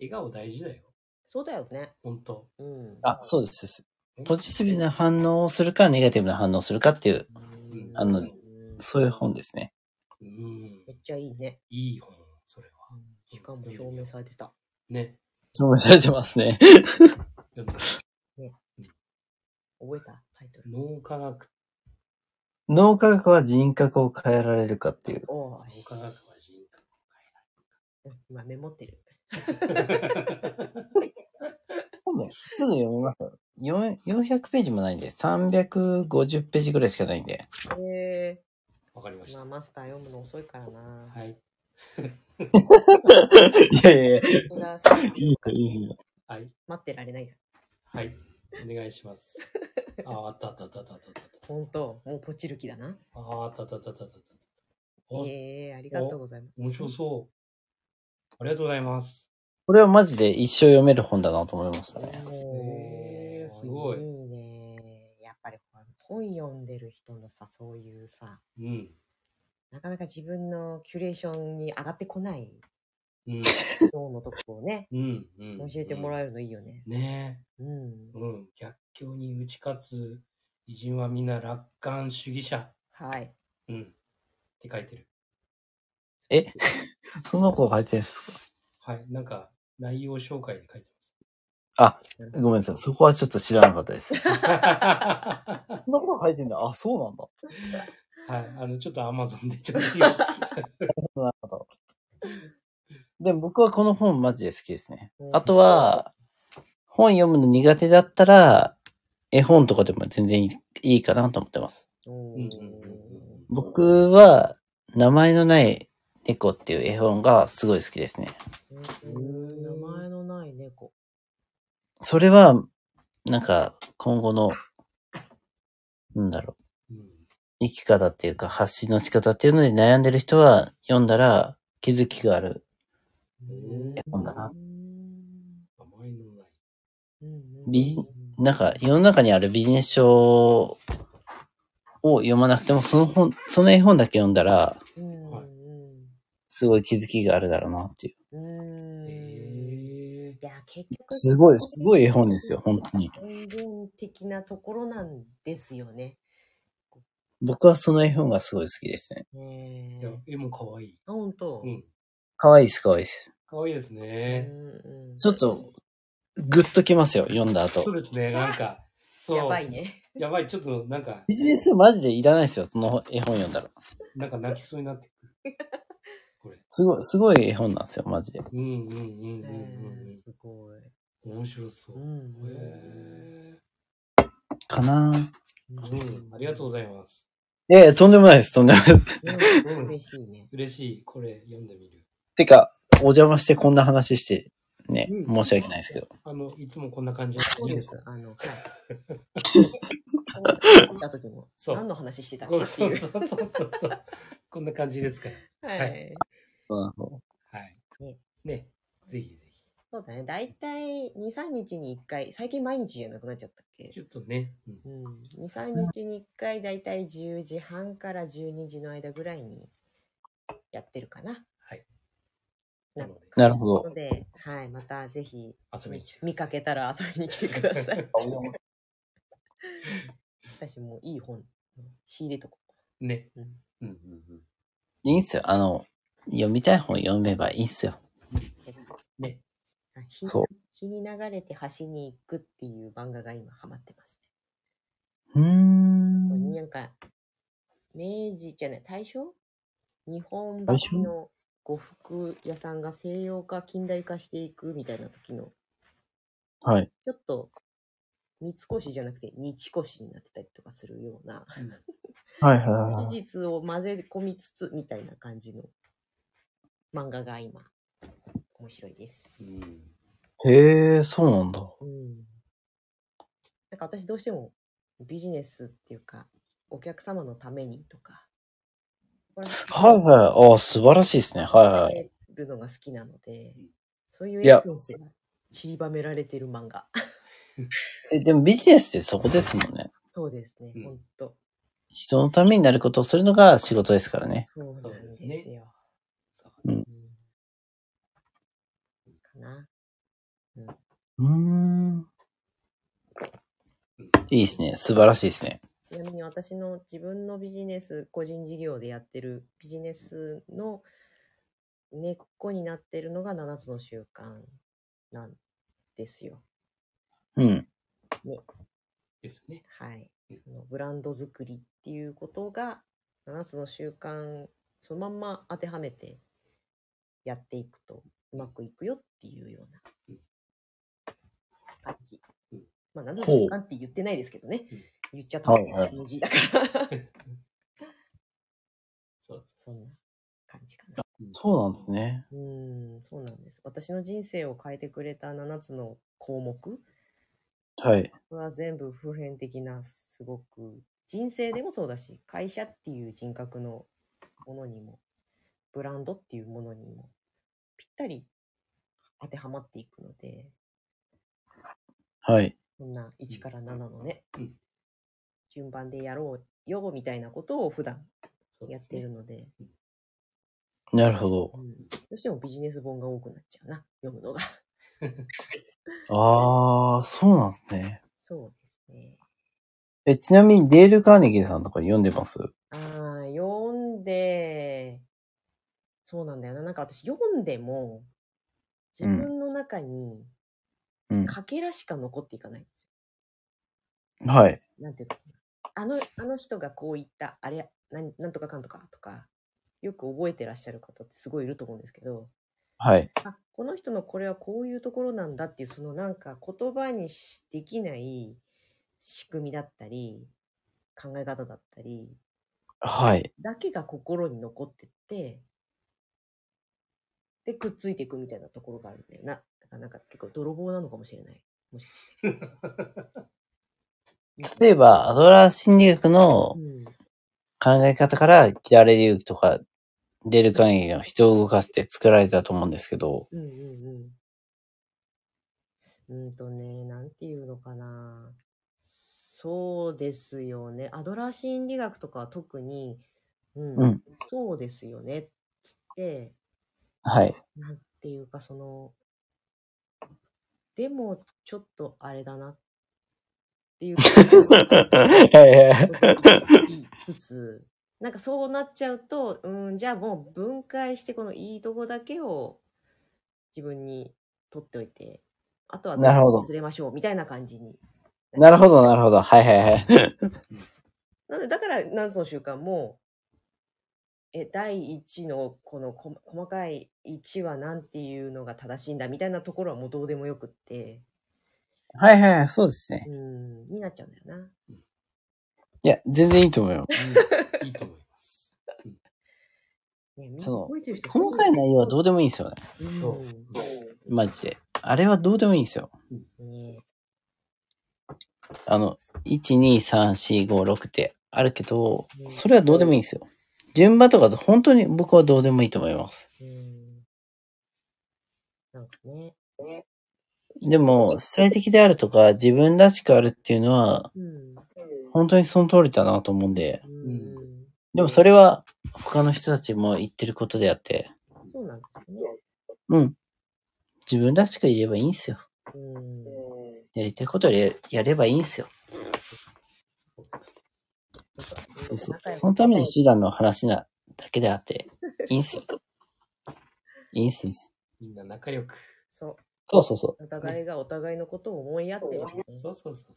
Speaker 3: 笑顔大事だよ。
Speaker 2: そうだよね。
Speaker 3: 本当。
Speaker 2: うん。
Speaker 4: [laughs] あ、そうですそうです。ポジティブな反応をするか、ネガティブな反応をするかっていう、
Speaker 2: うん
Speaker 4: あの
Speaker 2: うん
Speaker 4: そういう本ですね。
Speaker 3: うん
Speaker 2: め。っちゃいいね。
Speaker 3: いい本、それは。
Speaker 2: しかも証明されてた。
Speaker 3: ね。
Speaker 4: 証明されてますね。
Speaker 3: 読んで
Speaker 2: 覚えたタイトル。
Speaker 3: 脳科学、
Speaker 4: 脳科学は人格を変えられるかっていう。
Speaker 2: おー
Speaker 3: 脳
Speaker 2: し
Speaker 3: 科学は人
Speaker 2: 今メモってる。
Speaker 3: 格。
Speaker 4: 多分、すぐ読めますよ。4 400ページもないんで、350ページぐらいしかないんで。
Speaker 2: へ
Speaker 3: わかりま
Speaker 2: え
Speaker 3: し
Speaker 2: ー。
Speaker 3: た
Speaker 2: まあ。マスター読むの遅いからな。
Speaker 3: はい。
Speaker 4: [laughs] いやいやいや、い
Speaker 2: それがさ
Speaker 4: いですよ、いいですよ。
Speaker 3: はい。
Speaker 2: 待ってられないよ。
Speaker 3: はい。お願いします。あ、あったあったあったあったあったあった。
Speaker 2: 本当もうポチる気だな。
Speaker 3: あ、あったあったあったあったあった。お
Speaker 2: ええありがとうございます。
Speaker 3: 面白そう。ありがとうございます。
Speaker 4: これはマジで一生読める本だなと思いましたね。
Speaker 3: えーすごい
Speaker 2: いいね。やっぱりこう本読んでる人のさ、そういうさ、
Speaker 3: うん。
Speaker 2: なかなか自分のキュレーションに上がってこない
Speaker 3: うん。
Speaker 2: 脳のとこをね、
Speaker 3: うん。うん
Speaker 2: 教えてもらえるのいいよね。
Speaker 3: ね
Speaker 2: うん。
Speaker 3: え。うん。逆境に打ち勝つ偉人はみんな楽観主義者。
Speaker 2: はい。
Speaker 3: うん。って書いてる。
Speaker 4: えその子が書いてるんですか
Speaker 3: はい。なんか、内容紹介で書いて
Speaker 4: ごめんなさい。そこはちょっと知らなかったです。
Speaker 3: ます。 [laughs]
Speaker 4: そんなこと書いてんだ。あ、そうなんだ。
Speaker 3: はい。あの、ちょっとアマゾンでちょっと今
Speaker 4: なるほど。でも僕はこの本マジで好きですね
Speaker 2: う。ん
Speaker 4: あとは、本読むの苦手だったら、絵本とかでも全然いいいいかなと思ってます。
Speaker 2: お
Speaker 3: うんうん
Speaker 2: ー
Speaker 3: うんうん
Speaker 4: 僕は、名前のない猫っていう絵本がすごい好きですね。
Speaker 2: うん名前のない猫。
Speaker 4: それは、なんか、今後の、なんだろう。
Speaker 3: うん
Speaker 4: 生き方っていうか発信の仕方っていうので悩んでる人は読んだら気づきがある絵本だな。
Speaker 2: うん
Speaker 3: 名前のない。
Speaker 2: うん
Speaker 4: 美人なんか世の中にあるビジネス書を読まなくてもその本、その絵本だけ読んだら
Speaker 2: うん
Speaker 3: はい
Speaker 4: すごい気づきがあるだろうなっていう。
Speaker 2: うん。うん。
Speaker 3: へ
Speaker 2: い
Speaker 3: え
Speaker 2: や、結局、
Speaker 4: すごい、すごい絵本ですよ、本当に。
Speaker 2: 人間的なところなんですよね。
Speaker 4: 僕はその絵本がすごい好きですね。
Speaker 2: ね
Speaker 3: い
Speaker 2: え
Speaker 3: や、絵も可愛い。
Speaker 2: あ、本当。
Speaker 3: うん。
Speaker 4: 可愛いです、可愛いです。
Speaker 3: 可愛いですね。
Speaker 2: うんうん
Speaker 4: ちょっと、グッときますよ、読んだ後
Speaker 3: そう。ですね、なんか。そう。
Speaker 2: やばい。ね。
Speaker 3: やばい、ちょっとなんか、
Speaker 4: ビジネス書マジでいらないですよ、その絵本読んだら。
Speaker 3: なんか泣きそうになってくる。これ。
Speaker 4: すごい、すごい絵本なんですよ、マジで。
Speaker 3: うんうんうんうん
Speaker 2: ね
Speaker 3: う
Speaker 2: え
Speaker 3: ん
Speaker 2: すごい。
Speaker 3: うん。面白そうう。
Speaker 2: ん
Speaker 3: へえ。
Speaker 4: かなぁ。
Speaker 3: うん。ありがとうございます。
Speaker 4: いやいや、とんでもないです、とんでもない [laughs] です。
Speaker 2: うん
Speaker 3: うん
Speaker 2: 嬉しいね。
Speaker 3: 嬉しい。これ読んでみる。
Speaker 4: てか、お邪魔してこんな話して、ね、
Speaker 3: うん
Speaker 4: 申し訳ないですけど。
Speaker 3: あの、いつもこんな感じ
Speaker 2: そうです。あの、はい。見た時も、
Speaker 3: そう
Speaker 2: 何の話してたっ
Speaker 3: そ
Speaker 2: けっ
Speaker 3: う
Speaker 2: て
Speaker 3: そう
Speaker 2: い
Speaker 3: そう
Speaker 2: う。
Speaker 3: そうそうそう。こんな感じですから。
Speaker 2: はい。
Speaker 3: はい。
Speaker 2: ね
Speaker 3: ね。ぜひぜ
Speaker 2: そうだね。だいたい2、3日に1回、最近毎日じゃなくなっちゃったっけ
Speaker 3: ひ。ちょっとね。うん
Speaker 2: うん、2、3日に1回、だいたい10時半から12時の間ぐらいにやってるかな。
Speaker 3: はい。
Speaker 2: な
Speaker 3: なので
Speaker 4: なるほ
Speaker 2: な
Speaker 4: ど。
Speaker 2: ので、はい、またぜひ
Speaker 3: 遊びに来てください
Speaker 2: 見かけたら遊びに来てくださ
Speaker 3: [laughs]
Speaker 2: い。私もういい本仕入れとこ
Speaker 3: ね。
Speaker 2: う。うん、
Speaker 3: うんうん
Speaker 4: いいんすよ。あの、読みたい本読めばいいんすよ。
Speaker 3: ね。
Speaker 2: あ日に
Speaker 4: そう
Speaker 2: 日に流れて橋に行くっていう漫画が今ハマってます、こ
Speaker 4: うー
Speaker 2: れ
Speaker 4: ん。
Speaker 2: なんか、明治じゃない、大正日本橋の呉服屋さんが西洋化、近代化していくみたいな時の、
Speaker 4: はい。
Speaker 2: ちょっと、三越じゃなくて日越になってたりとかするような、
Speaker 4: はいはい
Speaker 2: 事
Speaker 4: はい。
Speaker 2: 実を混ぜ込みつつみたいな感じの漫画が今、面白いです。
Speaker 3: うん
Speaker 4: へえ、そうなんだ。
Speaker 2: うん。なんか私どうしてもビジネスっていうか、お客様のためにとか、これ
Speaker 4: はいはい。ああ、素晴らしいですね。はいは
Speaker 2: 考
Speaker 4: い。
Speaker 2: えるのが好きなので、そういう
Speaker 4: い
Speaker 2: エ
Speaker 4: や
Speaker 2: ッセンスが散りばめられてる漫画。 [laughs]
Speaker 4: え、でもビジネスってそこですもんね。
Speaker 2: そうですね
Speaker 3: う、ん
Speaker 2: ほんと。
Speaker 4: 人のためになることをするのが仕事ですからね。
Speaker 2: そうなん
Speaker 3: そうで
Speaker 2: ですすよ。
Speaker 3: そう
Speaker 2: うんかな。
Speaker 4: うーん。いいですね。素晴らしいですね。
Speaker 2: ちなみに私の自分のビジネス、個人事業でやってるビジネスの根っこになってるのが7つの習慣なんですよ。
Speaker 4: うん。
Speaker 3: ですね。
Speaker 2: はい
Speaker 3: うん。
Speaker 2: そのブランド作りっていうことが、7つの習慣、そのまんま当てはめてやっていくとうまくいくよっていうような
Speaker 3: うん
Speaker 2: 感じ
Speaker 3: うん。
Speaker 2: まあ、7つの
Speaker 4: ほう
Speaker 2: 習慣って言ってないですけどね
Speaker 3: うん。
Speaker 2: 言っちゃった
Speaker 4: はいはい
Speaker 2: 感じだから。
Speaker 3: そうです。
Speaker 2: [laughs] そんな感じかな。
Speaker 4: そうなんですね。
Speaker 2: うーん、そうなんです。私の人生を変えてくれた7つの項目
Speaker 4: はい。
Speaker 2: これは全部普遍的な、すごく、人生でもそうだし、会社っていう人格のものにも、ブランドっていうものにも、ぴったり当てはまっていくので、
Speaker 4: はい。
Speaker 2: こんな1から7のね、
Speaker 3: うん
Speaker 2: 順番でやろうよ、みたいなことを普段
Speaker 3: そう
Speaker 2: や
Speaker 3: で
Speaker 2: っ
Speaker 3: す
Speaker 2: て
Speaker 3: ね
Speaker 2: るので、
Speaker 4: なるほど
Speaker 3: [laughs]
Speaker 2: う。ん、どうしてもビジネス本が多くなっちゃうな、読むのが。
Speaker 4: ああ、そうなんですね。
Speaker 2: そうですね。
Speaker 4: え、ちなみにデール・カーネギーさんとか読んでます
Speaker 2: ああ、読んで、そうなんだよな。なんか私読んでも、自
Speaker 4: うん
Speaker 2: 分の中に
Speaker 4: うん。
Speaker 2: かけらしか残っていかないんですよ。
Speaker 4: はい。
Speaker 2: なんていうのあの、あの人がこう言った、あれ、なんなんとかかんとかとか、よく覚えてらっしゃる方ってすごいいると思うんですけど、
Speaker 4: はい。
Speaker 2: あ、この人のこれはこういうところなんだっていう、そのなんか言葉にしできない仕組みだったり、考え方だったり、
Speaker 4: はい。
Speaker 2: だけが心に残ってって、で、くっついていくみたいなところがあるんだよな。だからなんか結構泥棒なのかもしれない。もしかして。
Speaker 4: 例えば、アドラー心理学の
Speaker 2: うん、
Speaker 4: 考え方から嫌われる勇気とか、出る限りの人を動かせて作られたと思うんですけど、
Speaker 2: うん、うん、うん。うんとね、なんていうのかな。そうですよね。アドラー心理学とかは特に、うん、
Speaker 4: うん
Speaker 2: そうですよね。つって、
Speaker 4: はい。
Speaker 2: なんていうか、その、でも、ちょっとあれだなっていう言いつつ、なんかそうなっちゃうと、うん、じゃあもう分解して、このいいとこだけを自分に取っておいて、あとは
Speaker 4: なるほど
Speaker 2: 連れましょうみたいな感じに。
Speaker 4: なるほど、なるほど。はいはいはい。
Speaker 2: なので、だから、何つの習慣も、え、第一の、このこ細かい1は何ていうのが正しいんだみたいなところはもうどうでもよくって、
Speaker 4: [laughs] はいはい、そうですね
Speaker 2: う。ん、になっちゃうんだよな。
Speaker 4: いや、全然いいと思います。
Speaker 3: うんいいと思います。
Speaker 2: ね、みんな
Speaker 4: その
Speaker 2: 覚えてる人
Speaker 4: 細かい内容はどうでもいいんですよね。
Speaker 2: うん
Speaker 3: そう
Speaker 4: マジで。あれはどうでもいいんですよ。
Speaker 2: ね
Speaker 4: あの、1、2、3、4、5、6ってあるけど、それはどうでもいいんですよ。順番とか本当に僕はどうでもいいと思います。
Speaker 2: うんなんかね、
Speaker 4: でも、主体的であるとか、自分らしくあるっていうのは、
Speaker 2: うん、
Speaker 4: 本当にその通りだなと思うんで、
Speaker 2: うん、
Speaker 4: でもそれは他の人たちも言ってることであって、
Speaker 2: そうなんですね。
Speaker 4: うん。自分らしくいればいいんすよ。
Speaker 2: うん、
Speaker 4: やりたいことをややればいいんすよ。そうそう。そのために手段の話なだけであって、いいんすよ。いいんす、いいんす。
Speaker 3: みんな仲良く。
Speaker 2: そ、
Speaker 4: そうそうそう
Speaker 2: お互いがお互いのことを思い合ってる、ね。
Speaker 3: そうそうそうそう。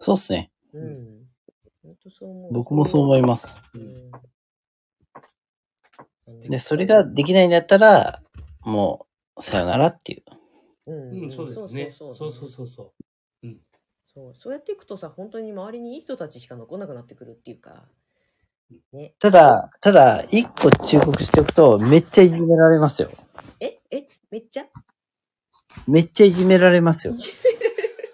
Speaker 4: う。そうっすね。
Speaker 2: うん、本当そう思う。
Speaker 4: 僕もそう思います。
Speaker 2: うん
Speaker 4: で、それができないんだったら、もう、さよならっていう。
Speaker 2: うん
Speaker 3: うん、そうですね。
Speaker 2: そ
Speaker 3: そうう
Speaker 2: そ
Speaker 3: そうう
Speaker 2: そ
Speaker 3: そううそう
Speaker 2: そうそうやっていくとさ本当に周りにいい人たちしか残んなくなってくるっていうかね
Speaker 4: ただ、ただ、一個忠告しておくと、めっちゃいじめられますよ。
Speaker 2: ええめっちゃ
Speaker 4: めっちゃいじめられますよ。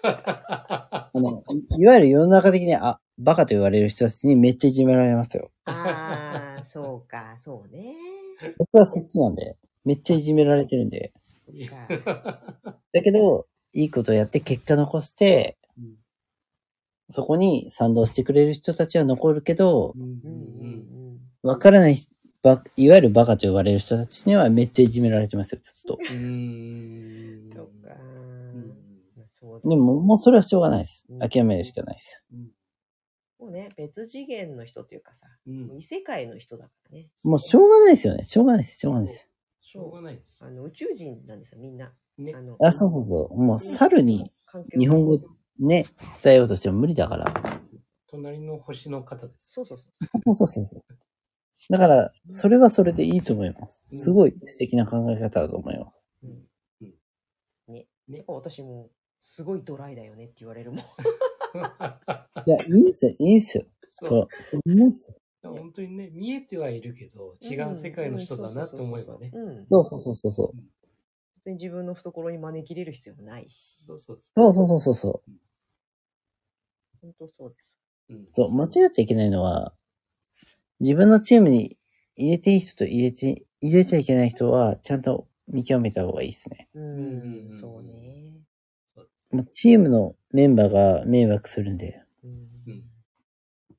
Speaker 4: あの、いいわゆる世の中的に、あ、バカと言われる人たちにめっちゃいじめられますよ。
Speaker 2: ああそうかそうね
Speaker 4: 僕はそっちなんで、めっちゃいじめられてるんで。
Speaker 2: そっか
Speaker 4: だけど、いいことやって結果残して、
Speaker 3: うん
Speaker 4: そこに賛同してくれる人たちは残るけど、
Speaker 3: [laughs] うん
Speaker 2: うんう
Speaker 3: うんん
Speaker 2: うん
Speaker 4: わからない、ばいわゆるバカと呼ばれる人たちにはめっちゃいじめられてますよ、ずっと。
Speaker 3: うん
Speaker 2: そっか
Speaker 3: うん
Speaker 2: まあそう
Speaker 4: でも、もうそれはしょうがないです。諦めるしかないです。
Speaker 2: もうね別次元の人っていうかさ
Speaker 3: うん
Speaker 2: もう異世界の人だからね
Speaker 4: もうしょうがないですよね。しょうがないです。しょうがないです。
Speaker 3: しょうがないです
Speaker 2: あ。の宇宙人なんですよみんな
Speaker 3: ね
Speaker 2: あ。の
Speaker 4: あ、そうそうそう。もう猿に
Speaker 2: 環境
Speaker 4: 日本語ね、伝えようとしても無理だから。
Speaker 3: 隣の星の方です。
Speaker 2: そうそうそう
Speaker 4: そうそうそうそう。だから、それはそれでいいと思います。すごい素敵な考え方だと思います。 [laughs]
Speaker 2: やっぱ私もすごいドライだよねって言われるもん
Speaker 4: いや、いいんすよ。いいんすよ。そう。いいんすよ。
Speaker 3: そう。本当にね、見えてはいるけど、 [laughs] 違う世界の人だなと思えばね。
Speaker 2: うん
Speaker 4: そうそうそうそうそう。
Speaker 2: 別に自分の懐に招き入れる必要もないし、
Speaker 3: そうそうそ
Speaker 4: そうそうそうそうそう。
Speaker 2: 本当そうです。
Speaker 3: う。うん
Speaker 4: そう、間違っちゃいけないのは、自分のチームに入れていい人と入れて、入れちゃいけない人は、ちゃんと見極めた方がいいですね。
Speaker 2: う、
Speaker 3: うんうんうんん
Speaker 2: そうね。
Speaker 4: もうチームのメンバーが迷惑するんで。
Speaker 2: うん
Speaker 3: うん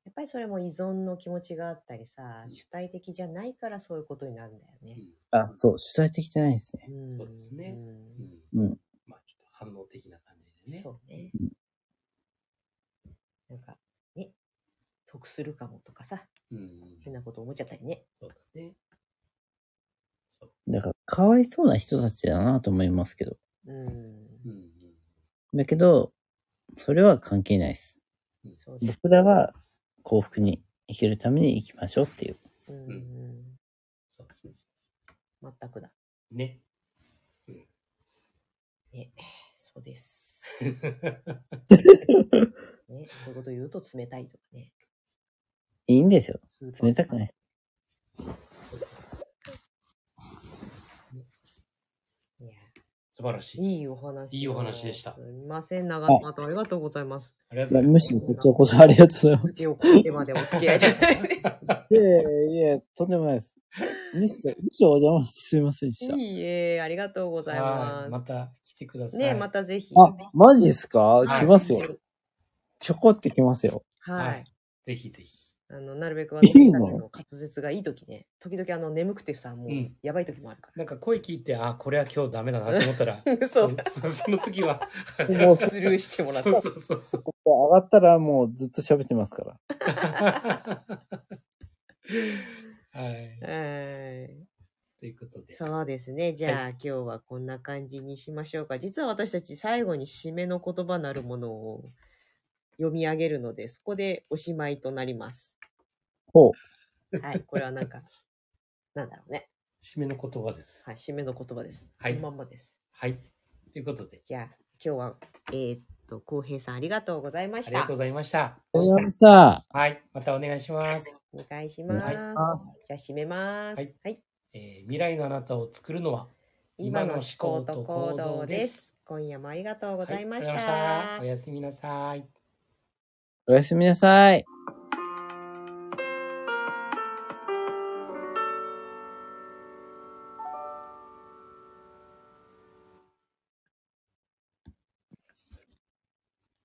Speaker 2: やっぱりそれも依存の気持ちがあったりさ、主体的じゃないからそういうことになるんだよね。
Speaker 4: あ、そう、主体的じゃないですね。
Speaker 2: うん
Speaker 3: そうですね
Speaker 2: うん
Speaker 3: うん
Speaker 4: うん
Speaker 3: まあ、ちょっと反応的な感じでね。
Speaker 2: そうね
Speaker 4: うん。
Speaker 2: なんか、ね、得するかもとかさ、
Speaker 3: うん。
Speaker 2: 変なこと思っちゃったりね。
Speaker 3: そうだね。そう。
Speaker 4: だから、かわいそうな人たちだなと思いますけど。
Speaker 2: うん。
Speaker 3: うん
Speaker 4: だけど、それは関係ないです。
Speaker 3: うん。
Speaker 2: そうです。
Speaker 4: 僕らが幸福に生きるために生きましょうっていう。
Speaker 2: うんうん。
Speaker 3: そうそうそうそ
Speaker 2: 全くだ。
Speaker 3: う。ね。
Speaker 2: ね、そうです。ね、こういうこと言うと冷たいとかね。
Speaker 4: いいんですよ。
Speaker 2: スーパー
Speaker 4: 冷たくない。
Speaker 2: いや
Speaker 3: 素晴らしい。
Speaker 2: いいお話を。
Speaker 3: いいお話でした
Speaker 2: すみません、長々とありがとうございます。
Speaker 3: ありがと
Speaker 4: いうや、
Speaker 3: ござい
Speaker 4: む
Speaker 3: ます
Speaker 4: しろこちらこそありがとうございます。
Speaker 2: 手を切ってまでお付き合いい
Speaker 3: [laughs]
Speaker 2: ただいて
Speaker 4: いやいやいや、とんでもないです。むしろ、むしろお邪魔してすいませんでした。
Speaker 2: いいえ、ありがとうござい
Speaker 3: は
Speaker 2: ま
Speaker 3: い
Speaker 2: す。
Speaker 3: また来てください。
Speaker 2: ね、またぜひ。
Speaker 4: あ、マジですか
Speaker 3: い
Speaker 4: 来ますよ。ちょこって来ますよ。
Speaker 2: は
Speaker 3: はいい。ぜひぜひ。
Speaker 2: あの、なるべくあ
Speaker 4: いいの
Speaker 2: の、の滑舌がいいときね。時々あの、眠くてさ、もう
Speaker 3: うん、
Speaker 2: やばいときもあるか
Speaker 3: なんか声聞いて、あ、これは今日ダメだなと思ったら、
Speaker 2: ら。 [laughs] そうだ。
Speaker 3: [laughs] そその時は、
Speaker 4: もう、
Speaker 2: スルーしてもらった
Speaker 3: [laughs] そう。そうそう [laughs] そう。
Speaker 4: ここ上がったらもうずっと喋ってますから。
Speaker 3: はい。
Speaker 2: はい。
Speaker 3: ということで。
Speaker 2: そうですね。じゃあ、
Speaker 3: は
Speaker 2: 今日はこんな感じにしましょうか。実は私たち最後に締めの言葉なるものを読み上げるので、そこでおしまいとなります。
Speaker 4: ほ
Speaker 2: はい。これはなんか、 [laughs] なんだろうね。
Speaker 3: 締めの言葉です。
Speaker 2: はい。締めの言葉です。
Speaker 3: はい
Speaker 2: そのまんまです。
Speaker 3: はい。ということで、
Speaker 2: じゃあ、今日は、えーっと、浩平さんありがとうございま
Speaker 3: あ
Speaker 2: し
Speaker 3: りが
Speaker 2: た
Speaker 3: とう。ございました。
Speaker 4: う。ありがとうございました。
Speaker 3: はい。またお願いします。
Speaker 2: お願いします。
Speaker 3: はい
Speaker 2: じゃあ、締めます。
Speaker 3: はい
Speaker 2: はい
Speaker 3: えー未来のあなたを作るのは
Speaker 2: 今の思考と行動です。。今夜もありがとうございました。
Speaker 3: はありがとうございましたおやすみなさい。
Speaker 4: おやすみなさい。